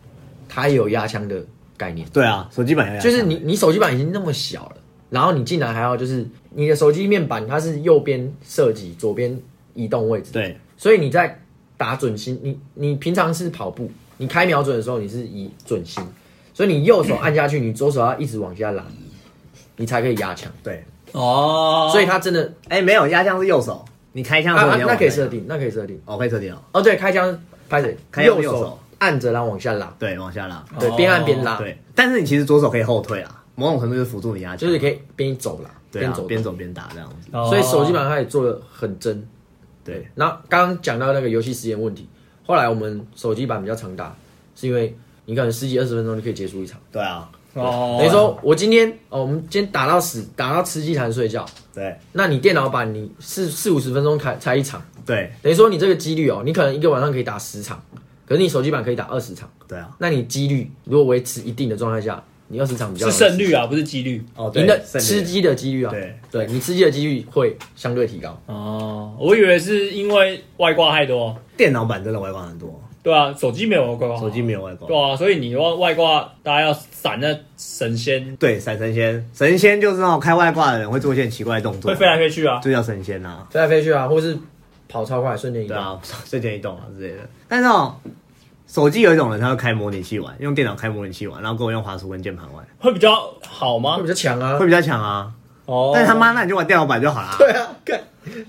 S3: 它也有压枪的概念。
S2: 对啊，手机版要压
S3: 就是
S2: 枪
S3: 你你手机版已经那么小了，然后你竟然还要就是你的手机面板它是右边设计，左边移动位置，，
S2: 对。
S3: 所以你在打准心，你你平常是跑步，你开瞄准的时候你是以准心，所以你右手按下去，你左手要一直往下拉，你才可以压枪，
S2: 对，
S4: 哦，
S3: 所以它真的
S2: 哎、没有压枪是右手，你开枪
S3: 啊
S2: 的时候
S3: 啊
S2: 你要、
S3: 那可以设，定，那可以设定，
S2: 哦，可以设定哦，
S3: 哦对，开枪拍着
S2: 开枪
S3: 右
S2: 是右
S3: 手
S2: 手
S3: 按着然后往下拉，
S2: 对，往下拉，
S3: 对，边按边拉，
S2: 对，但是你其实左手可以后退啊，某种程度就是辅助你压枪，
S3: 就是可以边走拉
S2: 对
S3: 边
S2: 啊，
S3: 走
S2: 边走边打这样子，
S4: 哦，
S3: 所以手机版它也做的很真。
S2: 对，
S3: 然后刚刚讲到那个游戏时间问题，后来我们手机版比较常打，是因为你可能十几二十分钟就可以结束一场。
S2: 对啊，
S4: 哦，
S3: 等于说我今天哦，我们今天打到死，打到吃鸡才能睡觉。
S2: 对
S3: 那你电脑版你四四五十分钟才才一场，
S2: 对
S3: 等于说你这个几率哦，你可能一个晚上可以打十场，可是你手机版可以打二十场。
S2: 对啊，
S3: 那你几率如果维持一定的状态下，你二十场比较
S4: 是
S3: 容易
S4: 胜率啊，不是几率。
S2: 哦，对
S3: 赢的
S2: 胜利
S3: 吃鸡的几率啊，
S2: 对
S3: 对你吃鸡的几率会相对提高。
S4: 哦，我以为是因为外挂太多，
S2: 电脑版真的外挂很多，
S4: 对啊，手机没有外
S3: 哦
S4: 挂，
S2: 手机没有外挂，
S4: 对啊，所以你外外挂，大家要闪那神仙
S2: 对，闪神仙，神仙就是那种开外挂的人会做一些奇怪的动作，
S4: 会飞来飞去啊，
S2: 就叫神仙啊。
S3: 飞来飞去啊，或是跑超快，瞬间移
S2: 对
S3: 动。
S2: 啊，睡前移动啊之类的。但是哦，手机有一种人，他会开模拟器玩，用电脑开模拟器玩，然后跟我用滑鼠跟键盘玩，
S4: 会比较好吗
S3: 会？比较强啊
S2: 会。比较强啊。
S4: 哦，
S2: 但是他妈，那你就玩电脑版就好啦。
S3: 对啊，看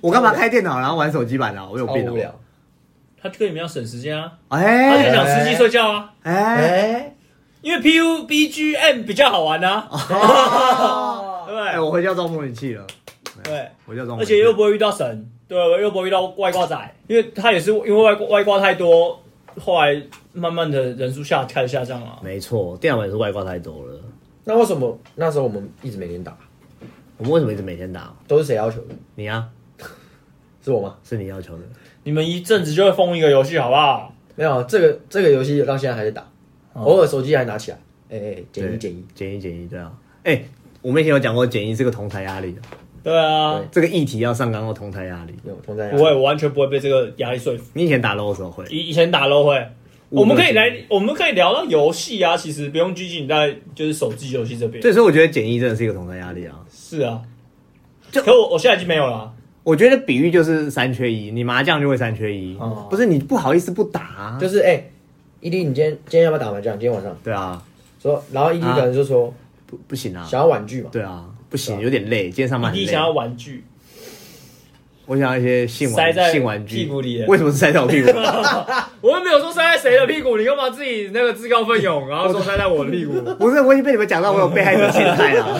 S2: 我干嘛开电脑然后玩手机版啊？我有
S3: 好
S2: 病
S3: 无
S2: 哦！
S3: 聊。
S4: 他跟你们要省时间啊，他就
S2: 哎
S4: 想吃鸡睡觉啊，
S2: 哎
S3: 哎，
S4: 因为 PUBGM 比较好玩啊，对不
S2: 哎，
S4: 对
S2: 我回家装模拟器了，
S4: 对，
S2: 我就装模
S4: 而
S2: 拟器。
S4: 且又不会遇到神，对，啊又不会遇到外挂仔，因为他也是因为外挂外挂太多，后来慢慢的人数下开始下降了。
S2: 没错，电脑版也是外挂太多了。
S3: 那为什么那时候我们一直每天打？
S2: 我们为什么一直每天打？
S3: 都是谁要求的？
S2: 你啊，
S3: 是我吗？
S2: 是你要求的。
S4: 你们一阵子就会封一个游戏，好不好？
S3: 没有，这个这个游戏到现在还在打，偶尔手机还拿起来。哎哎，减一
S2: 哦对
S3: 减一，，
S2: 减一，减一，对啊。哎，我们以前有讲过减一是个同台压力的，
S4: 对啊，
S3: 对
S2: 这个议题要上纲到同台压力。
S3: 有同在。啊
S4: 不会，我完全不会被这个压力说服。
S2: 你以前打 LO 的时候会？
S4: 以以前打 LO 会，我们可以来，我们可以聊到游戏啊，其实不用拘谨在就是手机游戏这边。
S2: 对，所以我觉得简易真的是一个统战压力啊。
S4: 是啊，
S2: 就
S4: 可我我现在已经没有了啊、
S2: 我觉得比喻就是三缺一，你麻将就会三缺一
S4: 哦，
S2: 不是你不好意思不打啊，
S3: 就是哎、伊利，你今天今天要不要打麻将？今天晚上
S2: 对啊，
S3: 说，然后伊利可能就说、
S2: 不不行啊，
S3: 想要婉拒嘛，
S2: 对啊，不行，
S3: 对啊
S2: 有点累，今天上班很
S4: 你
S2: 累。
S4: 想要玩具，
S2: 我想要一些性
S4: 塞在
S2: 玩性玩具
S4: 屁股里
S2: 为什么是塞在我
S4: *laughs*
S2: 屁股？
S4: 我又没有说塞在谁的屁股，你干嘛自己那个自告奋勇，然后说塞在我
S2: *laughs*
S4: 的屁股？
S2: 不是，我已经被你们讲到我有被害者心态啊
S4: *laughs*
S2: 了。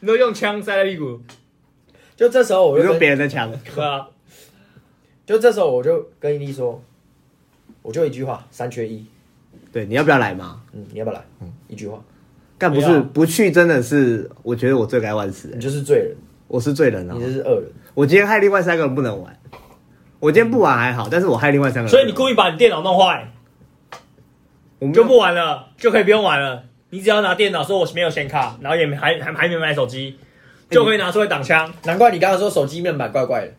S4: 你都用枪塞在屁股，
S3: 就这时候我
S2: 我
S3: 就
S2: 说
S3: 跟
S2: 别人的枪，
S4: 对啊，
S3: 就这时候我就跟伊利说，我就一句话，三缺一，
S2: 对，你要不要来嘛？
S3: 嗯，你要不要来？嗯，一句话，
S2: 干不
S4: 不
S2: 是
S4: 要
S2: 不去，真的是我觉得我罪该万死、
S3: 你
S2: 欸
S3: 就是罪人，
S2: 我是罪人啊
S3: 你！就是恶人，
S2: 我今天害另外三个人不能玩，我今天不玩还好，但是我害另外三个人不
S4: *laughs* 所
S2: 能玩。
S4: 以你故意把你电脑弄坏，
S2: 我
S4: 你
S2: 们
S4: 就不玩了，就可以不用玩了。你只要拿电脑说我没有显卡，然后也没还还还没买手机，
S2: 哎
S4: 就可以拿出来挡枪。
S3: 难怪你刚刚说手机面板怪怪的，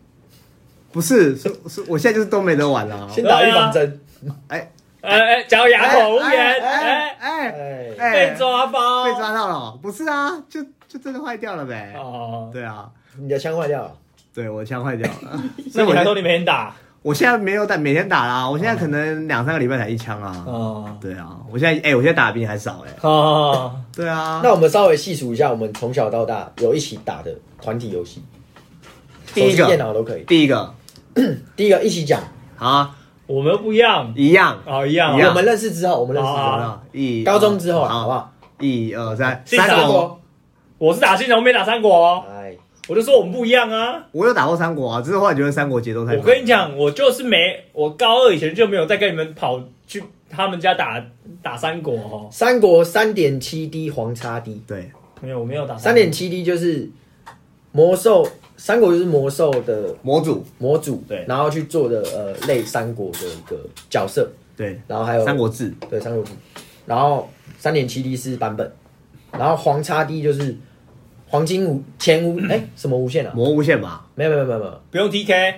S2: 不是是是，我现在就是都没得玩了、啊。
S3: 先打预防针，
S4: 哎哎，假如哑口无言，
S2: 哎
S4: 哎，
S2: 哎哎
S3: 哎、
S2: 哎
S4: 被抓包，
S2: 被抓到了哦，不是啊，就就真的坏掉了呗。
S4: 哦。
S2: 对啊，
S3: 你的枪坏掉了，
S2: 对我枪坏掉
S4: *laughs*
S2: 了，
S4: 所以
S2: 我
S4: 你还
S2: 现
S4: 说你哦没人打？
S2: 我现在没有打，每天打啦，我现在可能两三个礼拜才一枪啊。
S4: 哦
S2: 对啊，我现在哎、我现在打的比你还少哎、
S4: 哦，
S2: 对啊，
S3: 那我们稍微细数一下，我们从小到大有一起打的团体游戏，
S2: 第
S3: 手
S2: 一
S3: 机电
S2: 个，
S3: 脑都可以。
S2: 第一个，
S3: 第一个一起讲，
S2: 好啊，
S4: 我们又不一样
S2: 一样，
S4: 哦，一样
S2: 一样
S4: 哦
S3: 我们认识之后，我们认识之
S4: 好
S3: 后，
S2: 啊，一
S3: 高中之后啊，好不
S2: 好？
S3: 好？
S2: 一二三，
S4: 第三
S2: 三
S4: 国
S2: 国，
S4: 我是打新人，我没打三国哦，
S3: 哎，
S4: 我就说我们不一样啊。
S2: 我有打过三国啊，只是后来觉得三国节奏太
S4: 我跟你讲，我就是没，我高二以前就没有再跟你们跑去他们家打打三国哦，
S3: 三国三点七 D 黄叉 D，
S2: 对，
S4: 没有，我没有打
S3: 三点七 D 就是魔兽，三国就是魔兽的
S2: 模组
S3: 模组，
S2: 对
S3: 然后去做的呃类三国的一个角色，
S2: 对，
S3: 然后还有
S2: 三国志
S3: 对三国志，然后三点七 D 是版本，然后黄叉 D 就是黄金无前无哎、什么无限啊？
S2: 魔无限吧，
S3: 没有没有没有没有，
S4: 不用 TK，
S2: 哦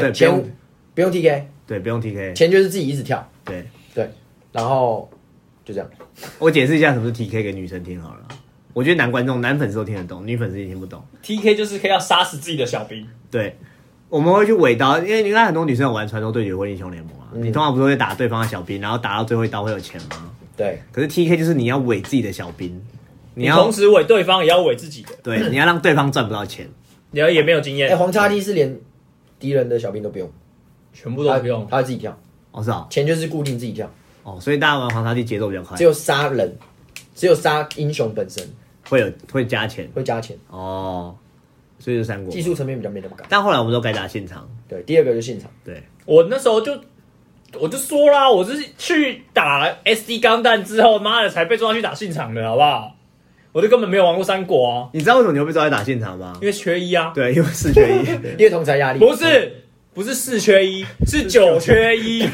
S3: 对
S2: 不用
S3: 前无不用 TK，
S2: 对，不用 TK，
S3: 前就是自己一直跳，
S2: 对
S3: 然后就这样。
S2: 我解释一下什么是 TK 给女生听好了，我觉得男观众男粉丝都听得懂，女粉丝也听不懂。
S4: TK 就是可以要杀死自己的小兵，
S2: 对，我们会去尾刀，因为你看很多女生有玩传说对决或英雄联盟啊，
S3: 嗯
S2: 你通常不是会打对方的小兵，然后打到最后一刀会有钱吗？
S3: 对，
S2: 可是 TK 就是你要尾自己的小兵，你
S4: 你
S2: 要
S4: 同时伪对方也要伪自己的，
S2: 对，你要让对方赚不到钱。
S4: 然后也没有经
S3: 哎、
S4: 验，
S3: 黄叉 D 是连敌人的小兵都不用，
S4: 全部都不用
S3: 他，他会自己跳，
S2: 哦，是哦，
S3: 前就是固定自己跳，
S2: 哦，所以大家玩黄沙地节奏比较快
S3: 只，有杀人，只有杀英雄本身
S2: 会有会加钱
S3: 会加钱，
S2: 哦，所以是三国
S3: 技。术层面比较没那么高。
S2: 但后来我们都改打现场，
S3: 对，第二个就是现场，
S2: 对，
S4: 我那时候就我就说啦，我是去打 SD 钢弹之后，妈的才被抓去打信场的，好不好？我就根本没有玩过三国啊，
S2: 你知道为什么你会被抓来打现场吗
S4: 因？为缺一啊，
S2: 对，因为四缺一。 *laughs*
S3: 因为同才压力
S4: 不是不是四缺一，是九缺一。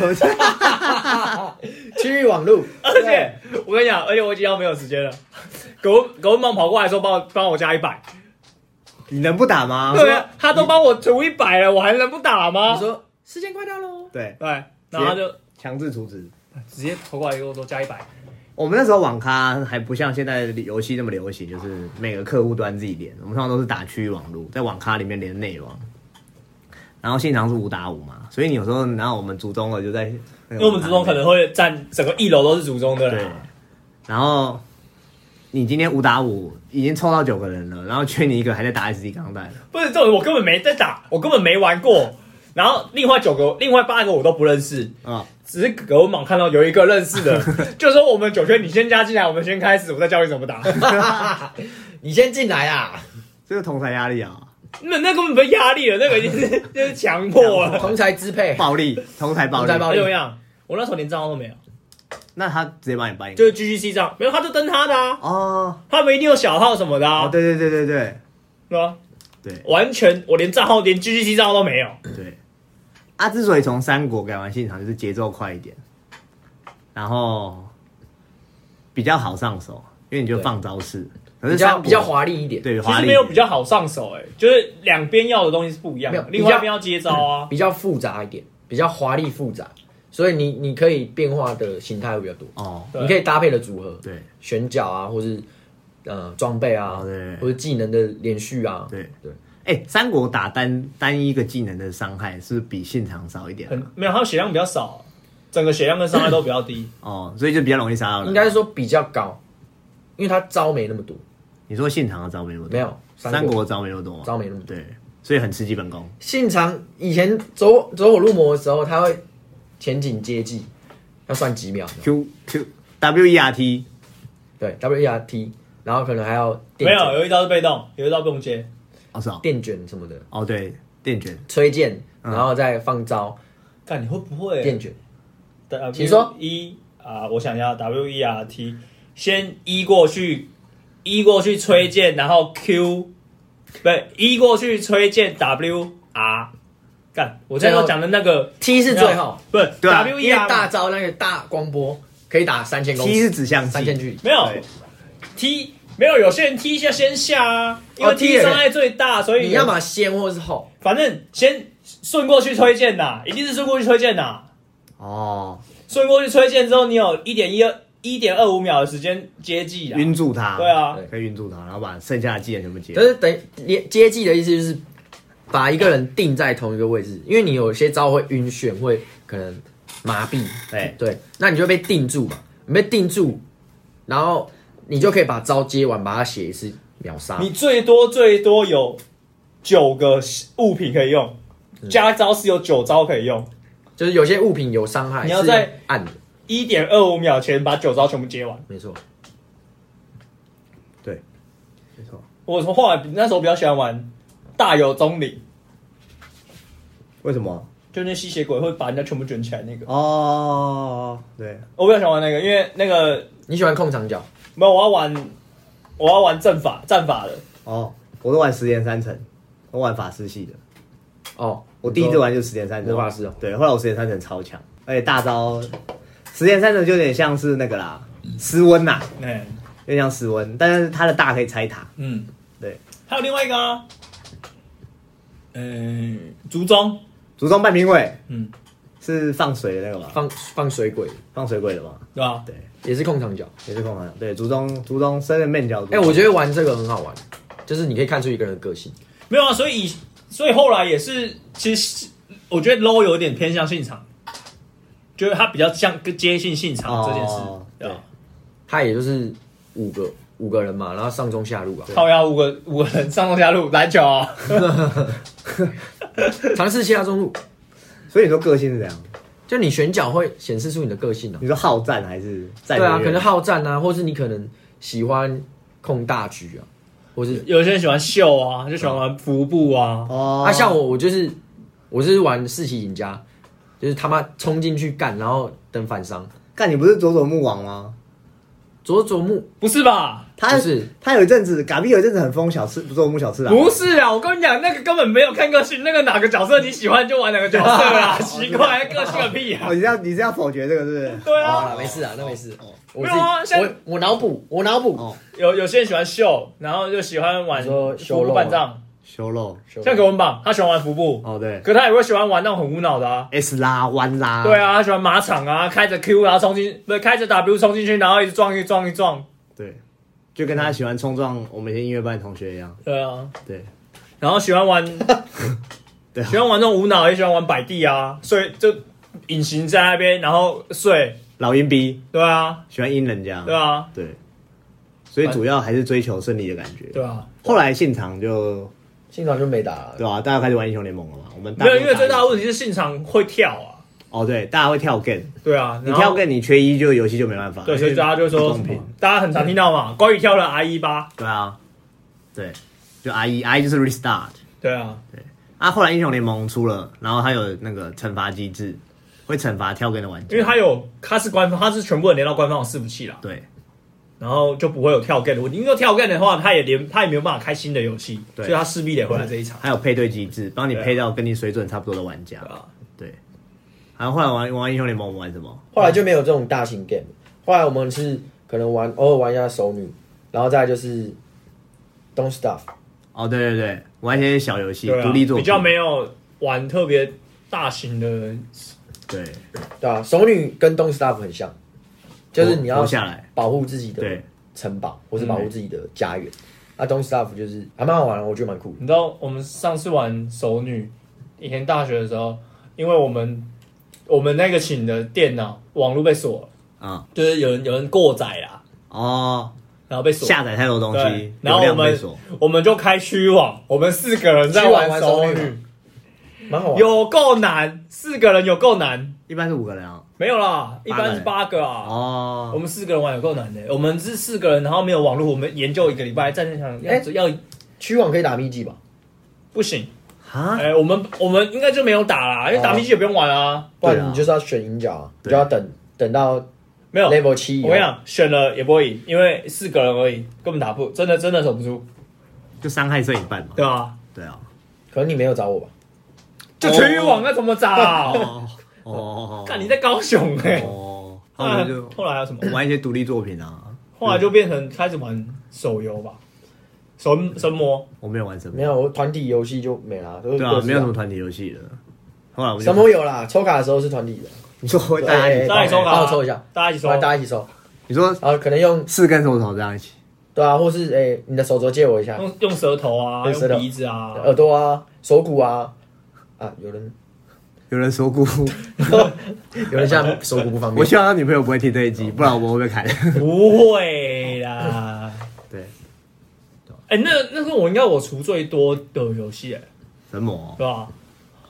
S3: 区域网路，
S4: *laughs* 而且我跟你讲，而且我已经要没有时间了。狗狗棒跑过来说帮我帮我加一百，
S2: 你能不打吗？
S4: 对啊，他都帮我除一百了，我还能不打吗
S3: 你？说时间快到
S4: 啊
S3: 喽，
S2: 对，
S4: 对，然后他就
S2: 强制处置。
S4: 直接跑过来跟我说加一百，
S2: 我们那时候网咖还不像现在的游戏那么流行，就是每个客户端自己连。我们通常都是打区域网络，在网咖里面连内网，然后现场是五打五嘛，所以你有时候然后我们族中了就在，因
S4: 因为我们祖宗可能会占整个一楼都是祖宗的
S2: 对
S4: 啦。，
S2: 然后你今天五打五已经凑到九个人了，然后缺你一个还在打 SD 钢 *laughs* 弹，
S4: 不是这种，我根本没在打，我根本没玩过。然后另外九个，另外八个我都不认识，
S2: 啊、
S4: 只是狗莽看到有一个认识 *laughs* 的，就说我们九圈你先加进来，我们先开始，我再教你怎么打。 *laughs*
S3: 你先进来啊，
S2: 这个同台压力啊，
S4: 那那根本不是压力了，那个已经是 *laughs* 就是强迫哎了。
S3: 同才支配，
S2: 暴力，同台暴
S3: 同台暴
S2: 力，
S3: 力
S4: 而且怎么样？我那时候连账号都没有，
S2: 那他直接把你搬一个
S4: 就是 GGC 账，没有他就登他的啊，
S2: 哦，
S4: 他们一定有小号什么的
S2: 哦，
S4: 啊，
S2: 对对对对对。
S4: 对吧？
S2: 对
S4: 完全我连账号连 GGC 账号都没有，
S2: 对，啊，之所以从三国改玩现场，就是节奏快一点，然后比较好上手，因为你就放招式。可
S3: 比
S2: 是
S3: 较
S2: 三
S3: 比较
S2: 滑，
S3: 华丽一点，，
S2: 对
S4: 其
S2: 华
S4: 实
S2: 丽
S4: 没有比较好上手，哎，就是两边要的东西是不一样
S3: 没有
S4: 的，
S3: 比较
S4: 另外一边要接招啊。
S3: 比较复杂一点，比较华丽复杂，所以你你可以变化的形态会比较多，
S2: 哦，
S4: 对
S3: 你可以搭配的组合，
S2: 对
S3: 选角啊，或是呃装备啊，
S2: 哦对
S3: 或者技能的连续啊，
S2: 对
S3: 对。
S2: 哎、三国打单单一一个技能的伤害是不是比现场少一点啊、
S4: 很没有，它血量比较少，整个血量跟伤害都比较低。
S2: 哦，所以就比较容易杀到人。
S3: 应该是说比较高，因为他招没那么多，
S2: 你说现场的招没那么多，
S3: 没有三国
S2: 三国的招没那么多吗？
S3: 招没那么多。
S2: 对，所以很吃基本功。
S3: 信长以前走走火入魔的时候，他会前景接技，要算几秒，
S2: Q Q W E R T
S3: 对 W E R T，然后可能还要
S4: 没
S3: 电
S4: 有，
S3: 卷、
S4: 有一招是被动，有一招不用接。
S2: 哦是哦，
S3: 电卷什么的，
S2: 哦对，电卷
S3: 吹剑，
S2: 嗯
S3: 然后再放招、
S4: 看你会不会呃
S3: 电卷，
S4: W
S3: 请说
S4: 一啊，我想一下，W E R T，先一过去，一过去吹剑，然后 Q，不是一过去吹剑 W R，干，我这
S3: 最
S4: 要
S3: 后
S4: 讲的那个
S3: T 是最后，，
S4: 不是
S2: 对啊
S4: W
S3: 因
S4: E
S3: 为
S4: R
S3: 大招那个大光波可以打三千公
S2: T
S3: 尺，
S2: 是指向
S3: 三千距
S2: 技，
S3: 离，
S4: 没有
S2: 对
S4: T 没有，有些人 T 一下先下啊，因为
S3: 哦，T
S4: T
S3: 也可以
S4: 伤害最大，所以
S3: 你要么先或是后，
S4: 反正先顺过去推荐呐，一定是顺过去推荐呐。
S2: 哦，
S4: 顺过去推荐之后，你有一点一二一点二五秒的时间接技啦。
S2: 晕住他，
S4: 对，啊，
S3: 对
S2: 可以晕住他，然后把剩下的技能全部解
S3: 但。是等于连接技的意思就是把一个人定在同一个位置，因为你有些招会晕眩，会可能麻痹，
S2: 对，
S3: 对，那你就被定住嘛，你被定住，然后你就可以把招接完，把它写一次秒杀。
S4: 你最多最多有九个物品可以用，加招是有九招可以用，
S3: 就是有些物品有伤害，
S4: 你要
S3: 是
S4: 在
S3: 按的，
S4: 一点二五秒前把九招全部接完。
S3: 没错，
S2: 没错。
S4: 我从后来那时候比较喜欢玩大有中领，
S2: 为什么？
S4: 就那吸血鬼会把人家全部卷起来那个，
S2: 哦，对，
S4: 我比较喜欢玩那个，因为那个
S3: 你喜欢控场角，
S4: 没有我要玩我要玩阵法战法啊的。
S2: 哦，我都玩十连三层，我玩法师系的。
S3: 哦，
S2: 我第一次玩就是十连三层
S3: 魔法师哦
S2: 对，后来我十连三层超强，而且大招十连三层就有点像是那个啦，斯温呐，
S4: 嗯
S2: 有点像斯温，但是他的大可以拆塔，
S4: 嗯，
S2: 对，
S4: 还有另外一个啊，嗯，竹中，
S2: 竹中半兵卫
S4: 嗯，
S2: 是放水的那个吧？
S3: 放放水鬼
S2: 放水鬼的吧？
S4: 对吧？
S2: 对，
S3: 也是控场角。
S2: 也是控盘。对，竹中竹中升任面角。
S3: 哎、我觉得玩这个很好玩，就是你可以看出一个人的个性。
S4: 没有啊，所以所以后来也是，其实我觉得 low 有点偏向信场，就是它比较像更接近信场
S2: 哦
S4: 这件事，
S2: 对
S4: 对吧？
S3: 他也就是五个五个人嘛，然后上中下
S4: *laughs*
S3: 路吧，啊
S4: 靠腰五个五个人上中下路篮球啊，
S3: 尝试下中路，
S2: 所以你说个性是怎样？
S3: 就你选角会显示出你的个性啊。
S2: 你说好战还是战
S3: 对啊，
S2: 略
S3: 可能好战啊，或是你可能喜欢控大局啊，或是
S4: 有些人喜欢秀啊，就喜欢玩服部啊，
S2: 哦，
S3: 啊，像我我就是我就是玩四喜赢家，就是他妈冲进去干，然后等反伤。
S2: 干你不是佐佐木王吗？
S3: 佐佐木
S4: 不是吧？
S2: 他
S3: 就是
S2: 他有一阵子，嘎比有一阵子很疯小吃佐佐木小吃啊，
S4: 不是啊，我跟你讲，那个根本没有看个性，那个哪个角色你喜欢就玩哪个角色啊，奇怪，个性个屁啊
S2: 哦，！你是要你是要否决这个是不是？
S4: 对
S3: 好
S4: 啊
S3: 了，，没事啊，那没事。我
S4: 没有啊
S3: 自己
S4: 像
S3: 我我脑补，我脑补。
S2: 哦
S4: 有有些人喜欢秀，然后就喜欢玩
S3: 你说修
S4: 服
S3: 肉
S4: 部
S3: 吗
S4: 半藏，
S2: 修肉
S4: 像葛文榜，他喜欢玩服部，
S2: 哦对
S4: 可他也会喜欢玩那种很无脑的啊。
S2: ，S 拉弯拉，
S4: 对啊，他喜欢马场啊，开着 Q 然后冲进，不是开着 W 冲进去，然后一直撞，一直撞，一直撞。
S2: 对，就跟他喜欢冲撞我们一些音乐班的同学一样，
S4: 对啊，
S2: 对
S4: 然后喜欢玩，
S2: 对啊
S4: 喜欢玩那种无脑，也喜欢玩摆地啊，所以就隐形在那边，然后睡。
S2: 老阴逼
S4: 对啊，
S2: 喜欢阴人家，
S4: 对啊，
S2: 对，所以主要还是追求胜利的感觉。
S4: 对啊。
S2: 后来现场就
S3: 现场就没打了，
S2: 对啊，大家开始玩英雄联盟了嘛，我们大
S4: 没有，因为最大的
S2: 家
S4: 问题是现场会跳啊。
S2: 哦对，大家会跳 game，
S4: 对啊，
S2: 你
S4: 然后
S2: 跳 game 你缺一就游戏就没办法，
S4: 对，所以大家就
S2: 不
S4: 说
S2: 公平，
S4: 大家很常听到嘛，关羽跳了 R 一八。
S2: 对啊，对，就 R 一 R E 一就是 restart。
S4: 对啊，
S2: 啊，后来英雄联盟出了，然后它有那个惩罚机制，会惩罚跳 game 的玩家，
S4: 因为它有，它是官方，它是全部人连到官方的伺服器啦，
S2: 对
S4: 然后就不会有跳 game 的问题。因为跳 game 的话，它也连它也没有办法开新的游戏，
S2: 对
S4: 所以它势必得回来这一场。
S2: 还有配对机制，帮你
S4: 对啊
S2: 配到跟你水准差不多的玩家
S4: 对。啊，
S2: 对，然后后来玩玩英雄联盟，我们玩什么？
S3: 后来就没有这种大型 game。后来我们是可能玩偶尔玩一下手女，然后再来就是 Don't Stuff，
S2: 哦，对对对，玩一些小游戏，
S4: 对啊
S2: 独立作品
S4: 比较没有玩特别大型的
S2: 对
S3: 对啊，熟女跟东 staff 很像，就是你要
S2: 活下来
S3: 保护自己的
S2: 对，
S3: 城堡，或是保护自己的家园。啊，东 staff 就是还蛮好玩的，我觉得蛮酷的。
S4: 你知道我们上次玩熟女，以前大学的时候，因为我们我们那个寝的电脑网络被锁了，
S2: 啊、
S4: 就是有人有人过载啦，
S2: 哦，
S4: 然后被锁。
S2: 下载太多东
S4: 对
S2: 西，，
S4: 然后
S2: 流量
S4: 我
S2: 被
S4: 们
S2: 锁
S4: 我们就开虚网，我们四个人在
S3: 虚网玩
S4: 熟
S3: 熟
S4: 女，
S3: 蛮好玩。
S4: 有够难，四个人有够难，
S2: 一般是五个人啊。
S4: 没有啦，一般是八个啊。我
S2: 哦，
S4: 们四个人玩有够难的，我们是四个人，然后没有网络，我们研究一个礼拜，战争想要、
S3: 哎
S4: 要
S3: 区网可以打 B G 吧？
S4: 不行，
S2: 哈
S4: 哎、，我们我们应该就没有打啦，因为打
S3: 哦
S4: B G 也不用玩啊，
S3: 不
S2: 对
S3: 然
S2: 啊
S3: 你就是要选赢角啊，你
S2: 对
S3: 就要等等到
S4: 没有。
S3: level 啊七以后。
S4: 我跟你讲，选了也不会赢，因为四个人而已，根本打不，真的真的守不住，
S2: 就伤害剩一半嘛。
S4: 对吧、
S2: 对啊。
S3: 可能你没有找我吧？
S4: 就全域网那怎么打、
S2: *laughs*
S4: 啊？
S2: 哦哦哦，
S4: 看、你在高雄哎、
S2: 哦，
S4: 后
S2: 后
S4: 来
S2: 来就
S4: 后来还有什么？
S2: 玩一些独立作品啊。
S4: 后来就变成开始玩手游吧，神神魔
S2: 我没有玩什么，
S3: 没有，我团体游戏就没啦，都是
S2: 对
S3: 各
S2: 啊，
S3: 自
S2: 没有什么团体游戏的。后来我们就啊
S3: 什么有啦，抽卡的时候是团体的，
S2: 你说哎会大
S3: 对
S2: 家
S4: 大家一起抽卡啊
S3: 帮我抽一下，
S4: 大家一起抽
S3: 大，家一起抽，
S2: 你说
S3: 然后可能用
S2: 四根手指头这样一起，
S3: 对啊，或是诶、你的手镯借我一下，
S4: 用用舌头啊，
S3: 用舌头
S4: 用鼻子啊，
S3: 耳朵啊，手骨啊，啊，有人
S2: 有人说 *laughs* 过，
S3: 有人现在手骨不方
S2: 我
S3: 便，
S2: 希望他女朋友不会听这一集，不然我会被 *laughs* 砍。
S4: 不会啦。 *laughs*
S2: 对，
S4: 哎、那那是我应该我除最多的游戏、哎，
S2: 神魔
S4: 对吧？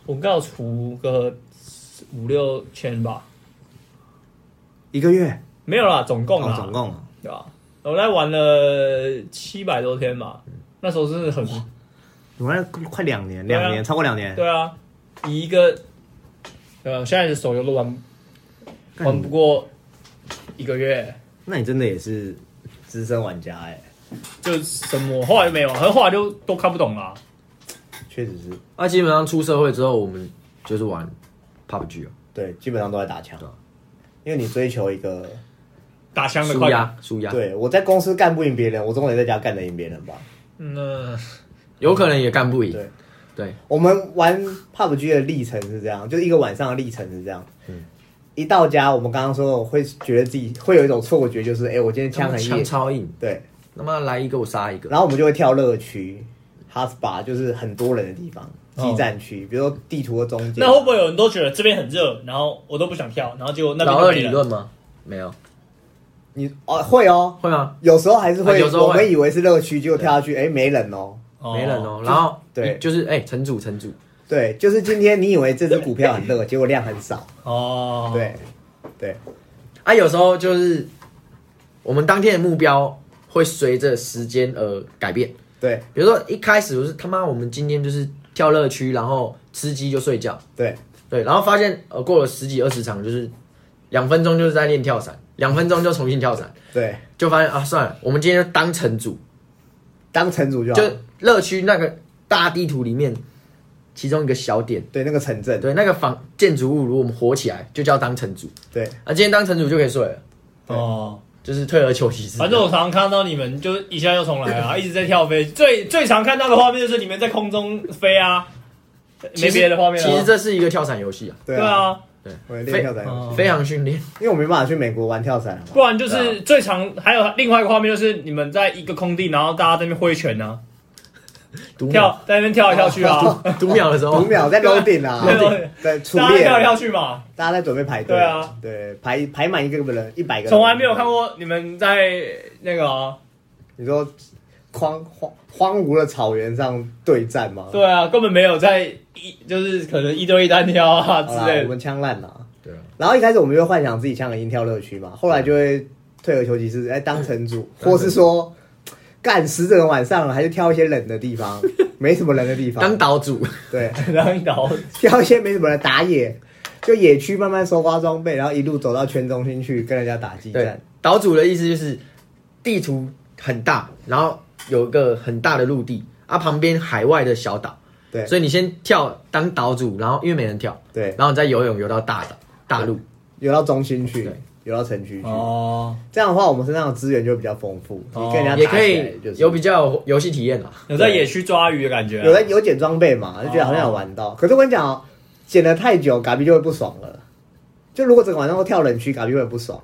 S4: 我应该有除个五六千吧，
S2: 一个月，
S4: 没有啦，总共
S2: 哦
S4: 啦，
S2: 总共啊
S4: 对吧？我在玩了七百多天嘛，
S3: 嗯
S4: 那时候真的很
S2: 你玩了快两年，
S4: 对啊
S2: 两年超过两年，
S4: 对啊，以一个呃现在的手游都玩
S2: 干
S4: 玩不过一个月，
S2: 那你真的也是资深玩家哎，
S4: 就什么后来就没有，很后来就都看不懂啦。
S2: 确实是，
S3: 那、基本上出社会之后，我们就是玩 PUBG 啊，
S2: 对，啊基本上都在打枪，因为你追求一个，
S4: 打枪的
S3: 输
S4: 快感，
S3: 压输压，
S2: 对我在公司干不赢别人，我总得在家干得赢别人吧。
S4: 嗯那
S3: 有可能也干不赢，
S2: 对
S3: 对，
S2: 我们玩 PUBG 的历程是这样，就一个晚上的历程是这样。
S3: 嗯
S2: 一到家，我们刚刚说我会觉得自己会有一种错觉，就是哎、诶我今天枪很
S3: 枪
S2: 硬，
S3: 超硬，
S2: 对，
S3: 他妈来一个我杀一个，
S2: 然后我们就会跳乐区 h o t s p a 就是很多人的地方，
S4: 哦
S2: 基站区，比如说地图的中间。
S4: 那会不会有人都觉得这边很热，然后我都不想跳，然后结果那边
S3: 老
S4: 就
S3: 二
S4: 没
S3: 理
S4: 人
S3: 论吗？没有，
S2: 你哦会哦，
S3: 会吗？
S2: 有时候还是会，
S3: 啊有时候会
S2: 我们以为是乐区，结果跳下去，哎、没人哦。
S3: 没人哦，然后
S2: 对
S3: 就是哎，城主城主，
S2: 对，就是今天你以为这只股票
S3: *laughs*
S2: 很热，结果量很少。
S4: 哦，
S2: 对，对，
S3: 啊，有时候就是我们当天的目标会随着时间而改变。
S2: 对，
S3: 比如说一开始我是他妈，我们今天就是跳乐区，然后吃鸡就睡觉，
S2: 对，
S3: 对，然后发现呃过了十几二十场，就是两分钟就是在练跳伞，两分钟就重新跳伞，
S2: 对，
S3: 就发现啊算了，我们今天就当城主，
S2: 当城主就好
S3: 就乐区那个大地图里面其中一个小点，
S2: 对那个城镇，
S3: 对，那个房建筑物如果我们火起来，就叫当城主，
S2: 对，
S3: 啊，今天当城主就可以睡了，
S4: 哦，
S3: 就是退而求其次，
S4: 反正我常常看到你们就一下又重来啊，一直在跳飞，最最常看到的画面就是你们在空中飞啊，没别的画面了
S3: 其
S4: 啊
S3: 实这是一个跳伞游戏啊，
S2: 对
S4: 对，啊，
S2: 我练跳伞游戏
S4: 哦
S3: 飞行训练。
S2: 因为我没办法去美国玩跳伞，
S4: 不然就
S3: 对
S4: 是最常还有另外一个画面就是你们在一个空地，然后大家在那边挥拳啊，
S3: 读
S4: 跳在那边跳来跳
S3: *laughs*
S4: 去啊，
S3: 读秒的时候
S2: 五，秒在 loading
S4: *laughs*
S2: 啊
S4: 对对，
S2: 在出
S4: 大家
S2: 列
S4: 跳来，跳去嘛，
S2: 大家在准备排队，
S4: 对啊，
S2: 对，排排满一个人，一百个人，
S4: 从来没有看过你们在那个啊
S2: 你说荒荒荒芜的草原上对战吗？
S4: 对啊，根本没有在一就是可能一对一单挑啊之
S2: 好啦，
S4: 类
S2: 我
S4: 的。
S2: 们枪烂了。
S3: 对啊，
S2: 然后一开始我们就幻想自己像个音跳乐区嘛，后来就会退而求其次，哎，当城
S4: *laughs*
S2: 主，或是说干十整个晚上了，还是挑一些冷的地
S4: *laughs*
S2: 方，没什么人的地
S3: 当
S2: 方，
S3: 岛主，
S2: 对，
S4: 然后一倒，
S2: 挑一些没什么人打野，就野区慢慢收刮装备，然后一路走到圈中心去跟人家打激
S3: 对
S2: 战，，
S3: 岛主的意思就是地图很大，然后有一个很大的陆地，啊，旁边海外的小岛，
S2: 对
S3: 所以你先跳当岛主，然后因为没人跳，
S2: 对，
S3: 然后你再游泳游到大岛大陆，
S2: 游到中心去
S3: 对，
S2: 游到城区去，
S4: 哦，
S2: 这样的话我们身上的资源就比较丰富，
S4: 哦
S2: 你跟人家
S3: 也
S2: 打
S3: 可
S2: 起来
S3: 以
S2: 就是
S3: 有比较有游戏体验啦。啊
S4: 有在野区抓鱼的感觉啊、
S2: 有人有捡装备嘛，就觉得好像有玩到。可是我跟你讲哦，捡了太久，嘎比就会不爽了。就如果整个晚上都跳冷区，感觉会不爽，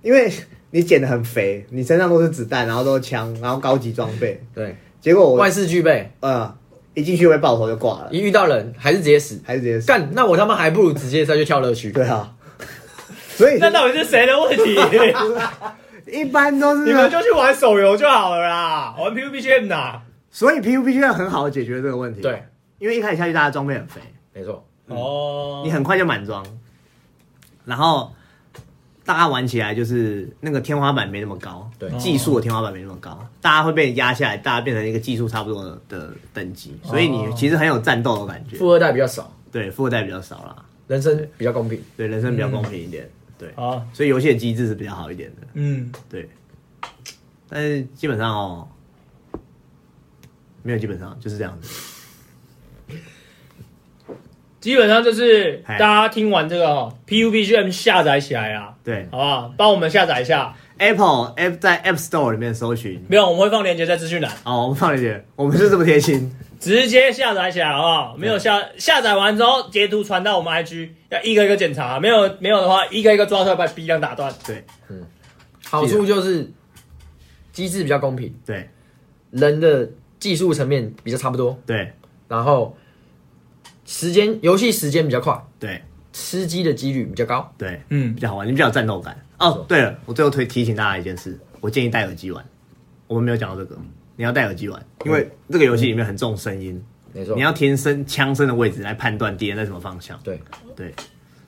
S2: 因为你减的很肥，你身上都是子弹，然后都是枪，然后高级装备，
S3: 对，
S2: 结果我
S3: 万事俱备，
S2: 呃一进去会爆头就挂了，
S3: 一遇到人还是直接死。
S2: 还是直接死
S3: 干，那我他妈还不如直接再去跳乐趣。
S2: 对啊，所以
S4: 那到底是谁的问题？
S2: *laughs* 一般都
S4: *laughs* 你
S2: 是
S4: 们就去玩手游就好了啦，玩 PUBG 呐。
S2: 所以 PUBG 现在很好解决这个问题，
S3: 对，，
S2: 因为一开始下去大家装备很肥，
S3: 没错，
S4: 哦，
S2: 嗯你很快就满装，然后大家玩起来就是那个天花板没那么高，
S3: 对
S2: 技术的天花板没那么高，大家会被压下来，大家变成一个技术差不多的的等级，
S4: 哦
S2: 所以你其实很有战斗的感觉，
S3: 富二代比较少，
S2: 对，富二代比较少啦，
S3: 人生比较公平。
S2: 对，人生比较公平一点，对，
S4: 好，
S2: 所以游戏的机制是比较好一点的，
S4: 嗯，
S2: 对，但是基本上哦，没有基本上就是这样子，
S4: 基本上就是
S2: 嗨
S4: 大家听完这个哦，PUBG 下载起来啊，
S2: 对
S4: 好不好？帮我们下载一下，
S2: ，Apple App 在 App Store 里面搜寻。哦
S4: 没有，我们会放链接在资讯栏，
S2: 好，我们放一点，我们是这么贴心。
S4: 直接下载起来，好不好？没有下下载完之后，截图传到我们 IG，要一个一个检查，没有没有的话，一个一个抓出来把逼量打断。
S2: 对
S3: 好处就是机制比较公平，
S2: 对
S3: 人的技术层面比较差不多，
S2: 对
S3: 然后时间游戏时间比较快，
S2: 对
S3: 吃鸡的几率比较高。
S2: 对，
S4: 嗯
S2: 比，较好玩，你比较有战斗感。哦，对了，我最后推提醒大家一件事，我建议戴耳机玩。我们没有讲到这个，你要戴耳机玩，因为这个游戏里面很重声音，
S3: 没错
S2: 你，要听声枪声的位置来判断敌人在什么方向。
S3: 对，
S2: 对，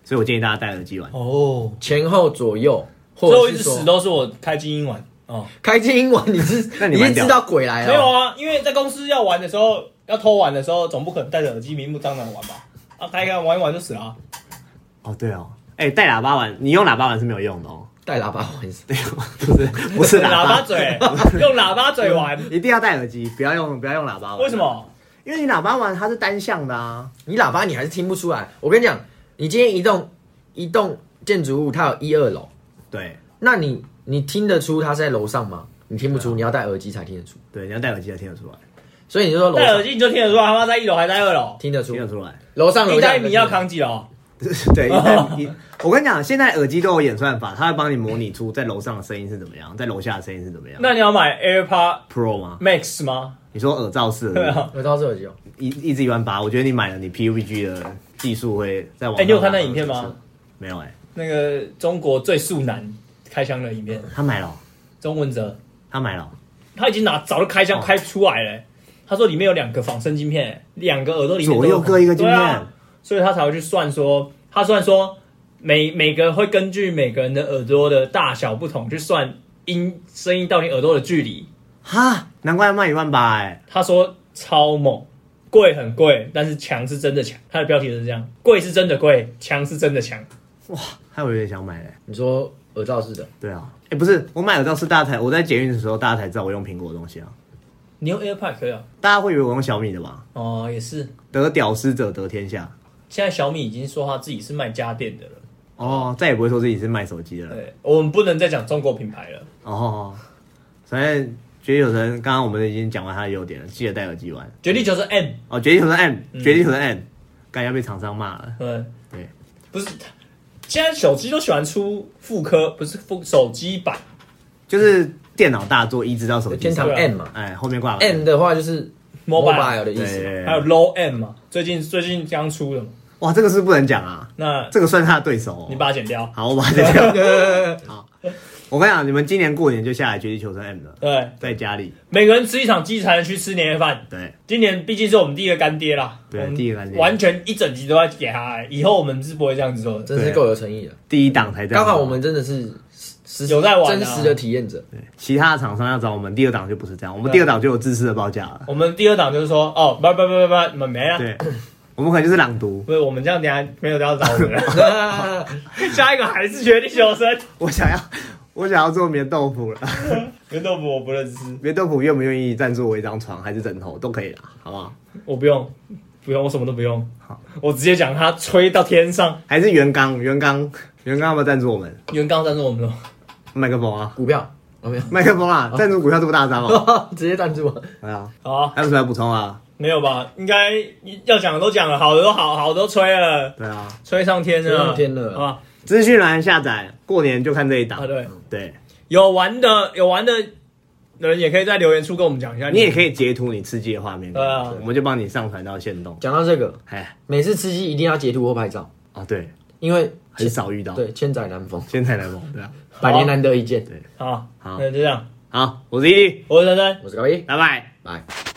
S2: 所以我建议大家戴耳机玩。
S4: 哦，
S3: 前后左右，
S4: 最后
S3: 或
S4: 一
S3: 者
S4: 直
S3: 是
S4: 死
S3: 说
S4: 都是我开精英玩哦，
S3: 开机英文，你
S4: *laughs*
S3: 是
S2: 那你
S3: 你
S2: 蛮
S3: 是
S2: 屌
S3: 知道鬼来
S4: 没有
S3: 了。
S4: 啊，因为在公司要玩的时候，要偷玩的时候，总不可能戴着耳机明目张胆地玩吧？啊，开开玩一玩就死了、 *laughs* 啊。
S2: 哦，对哦，哎，戴喇叭玩，你用喇叭玩是没有用的哦。
S3: 带喇叭玩死，
S2: 对， *laughs* 不是不是
S4: 喇
S2: 叭
S4: 叭，嘴，用喇叭嘴 *laughs* 玩，
S2: *laughs* 一定要戴耳机，不要用不要用喇叭玩。
S4: 为什？么？
S2: 因为你喇叭玩它是单向的啊。
S3: 你喇叭你还是听不出来。我跟你讲，你今天一栋一栋建筑物，它有一二楼，
S2: 对
S3: 那你你听得出它是在楼上吗？你听不出，你要戴耳机才听得出。
S2: 对，你要戴耳机才听得出来，
S3: 所以你就说楼
S4: 戴耳
S3: 上
S4: 机你就听得出来，他妈在一楼还在二 *laughs* 楼。
S3: 听得出
S2: 听，得出来。
S3: 楼上
S4: 一
S3: 楼下
S4: 代米要扛几楼？
S2: *laughs* 对，一
S4: 哦
S2: 旦你我跟你讲，现在耳机都有演算法，它会帮你模拟出在楼上的声音是怎么样，在楼下的声音是怎么样。
S4: 那你要买 AirPod
S2: Pro 吗？
S4: Max 吗？
S2: 你说耳罩式
S4: *laughs* 对
S2: 的
S4: 啊。
S3: 我到这耳机哦，
S2: 一一直一万八，我觉得你买了你 PUBG 的技术会在网上。
S4: 哎你有看那影片吗？
S2: 没有哎、
S4: 那个中国最速男开枪的影片，
S2: 他买了哦，
S4: 钟文泽
S2: 他买了哦，
S4: 他已经拿早就开枪
S2: 哦
S4: 开出来了欸、他说里面有两个仿生晶片欸，两个耳朵里面
S2: 左
S4: 都有
S2: 右各一个晶片
S4: 对啊所以他才会去算说，他算说每每个会根据每个人的耳朵的大小不同去算音声音到你耳朵的距离。
S2: 哈，难怪要卖一万八哎、
S4: 他说超猛，贵很贵，但是强是真的强。他的标题是这样：贵是真的贵，强是真的强。
S2: 害我有点想买嘞、哎
S3: 你说耳罩式的，
S2: 对啊，哎、不是，我买耳罩是大家才，我在捷运的时候大家才知道我用苹果的东西啊，
S4: 你用 AirPod 可以啊？
S2: 大家会以为我用小米的吧？
S4: 哦，也是。
S2: 得屌丝者得天下
S4: 现在小米已经说他自己是卖家电的了。
S2: 哦，再也不会说自己是卖手机的了。
S4: 对，我们不能再讲中国品牌了。
S2: 哦，反正绝地求生，刚刚我们已经讲完它的优点了，记得戴耳机玩。
S4: 绝地求生 M，
S2: 哦，绝地求生 M，、绝
S3: 嗯
S2: 地求生 M，刚要被厂商骂了。
S4: 嗯，
S2: 对，
S4: 不是，现在手机都喜欢出副科，不是副手机版。
S2: 就是电脑大作移植到手机
S3: 天
S2: 上
S3: 堂
S4: 对，啊
S3: M 嘛
S2: 哎，后面挂了
S3: ，M 的话就是
S4: Mobile
S3: mobile 的意
S2: 对
S3: 思嘛。
S2: 对
S4: 还有
S2: 对
S4: Low M 嘛，最近最近刚出的嘛，
S2: 哇，这个是不能讲啊，
S4: 那
S2: 这个算是他的对手、哦。
S4: 你把它剪掉。
S2: 好，我把它剪掉。
S3: *laughs*
S2: 好，我跟你讲，你们今年过年就下来绝地求生 M 了，
S4: 对，
S2: 在家里，
S4: 每个人吃一场鸡才能去吃年夜饭。
S2: 对
S4: 今年毕竟是我们第一个干爹啦，
S2: 对
S4: 我们
S2: 第一个干爹
S4: 完全一整集都在给他、以后我们是不会这样子做的。
S3: 真是够有诚意的。
S2: 第一档才这样。
S3: 刚好我们真的是实实
S4: 有在玩啊
S3: 真实的体验者，
S2: 其他的厂商要找我们，第二档就不是这样，我们
S4: 对
S2: 第二档就有自私的报价
S4: *laughs*
S2: 了。
S4: 我们第二档就是说，哦，不不不不不，你们没了。
S2: 对，我们可能就是朗读。
S4: 不是，我们这样等一下没有人
S2: *laughs*
S4: 要 *laughs* 找我们了。下一个还是绝地求生。
S2: 我想要，我想要做棉豆腐了。
S4: 袁豆腐我不认识，
S2: 棉豆腐愿不愿意赞助我一张床还是枕头都可以啦，好不好？
S4: 我不用，不用，我什么都不用。我直接讲他吹到天上。
S2: 还是袁刚，袁刚，袁刚要不要赞助我们？
S4: 袁刚赞助我们了，
S2: 麦克风啊，
S3: *laughs* 股票有没有？ *laughs*
S2: 麦克风啊，赞助股票这么大张哦。
S3: 直接赞助我，
S2: 对啊，
S4: 好啊，
S2: 还有什么要补充啊？
S4: 没有吧？应该要讲的都讲了，好的都好，好的都吹了，
S2: 对啊，
S4: 吹上天
S3: 吹
S4: 了，
S3: 上天了
S4: 好吧？
S2: 资讯栏下载，过年就看这一档。
S4: 啊对
S2: 对，
S4: 有玩的有玩的人也可以在留言处跟我们讲一下。
S2: 你也可以截图你吃鸡的画面，
S4: 对啊
S2: 我们就帮你上传到线动。
S3: 讲到这个，
S2: 哎，
S3: 每次吃鸡一定要截图或拍照，
S2: 哦对，
S3: 因为
S2: 很少遇到，
S3: 对千载难逢，
S2: 现在来玩，对啊。
S3: 百年难得一见。
S4: 好，
S2: 好
S4: 那就这样。
S2: 好，我是伊利，
S4: 我是珊珊，
S3: 我是高一，
S2: 拜拜。
S3: 拜。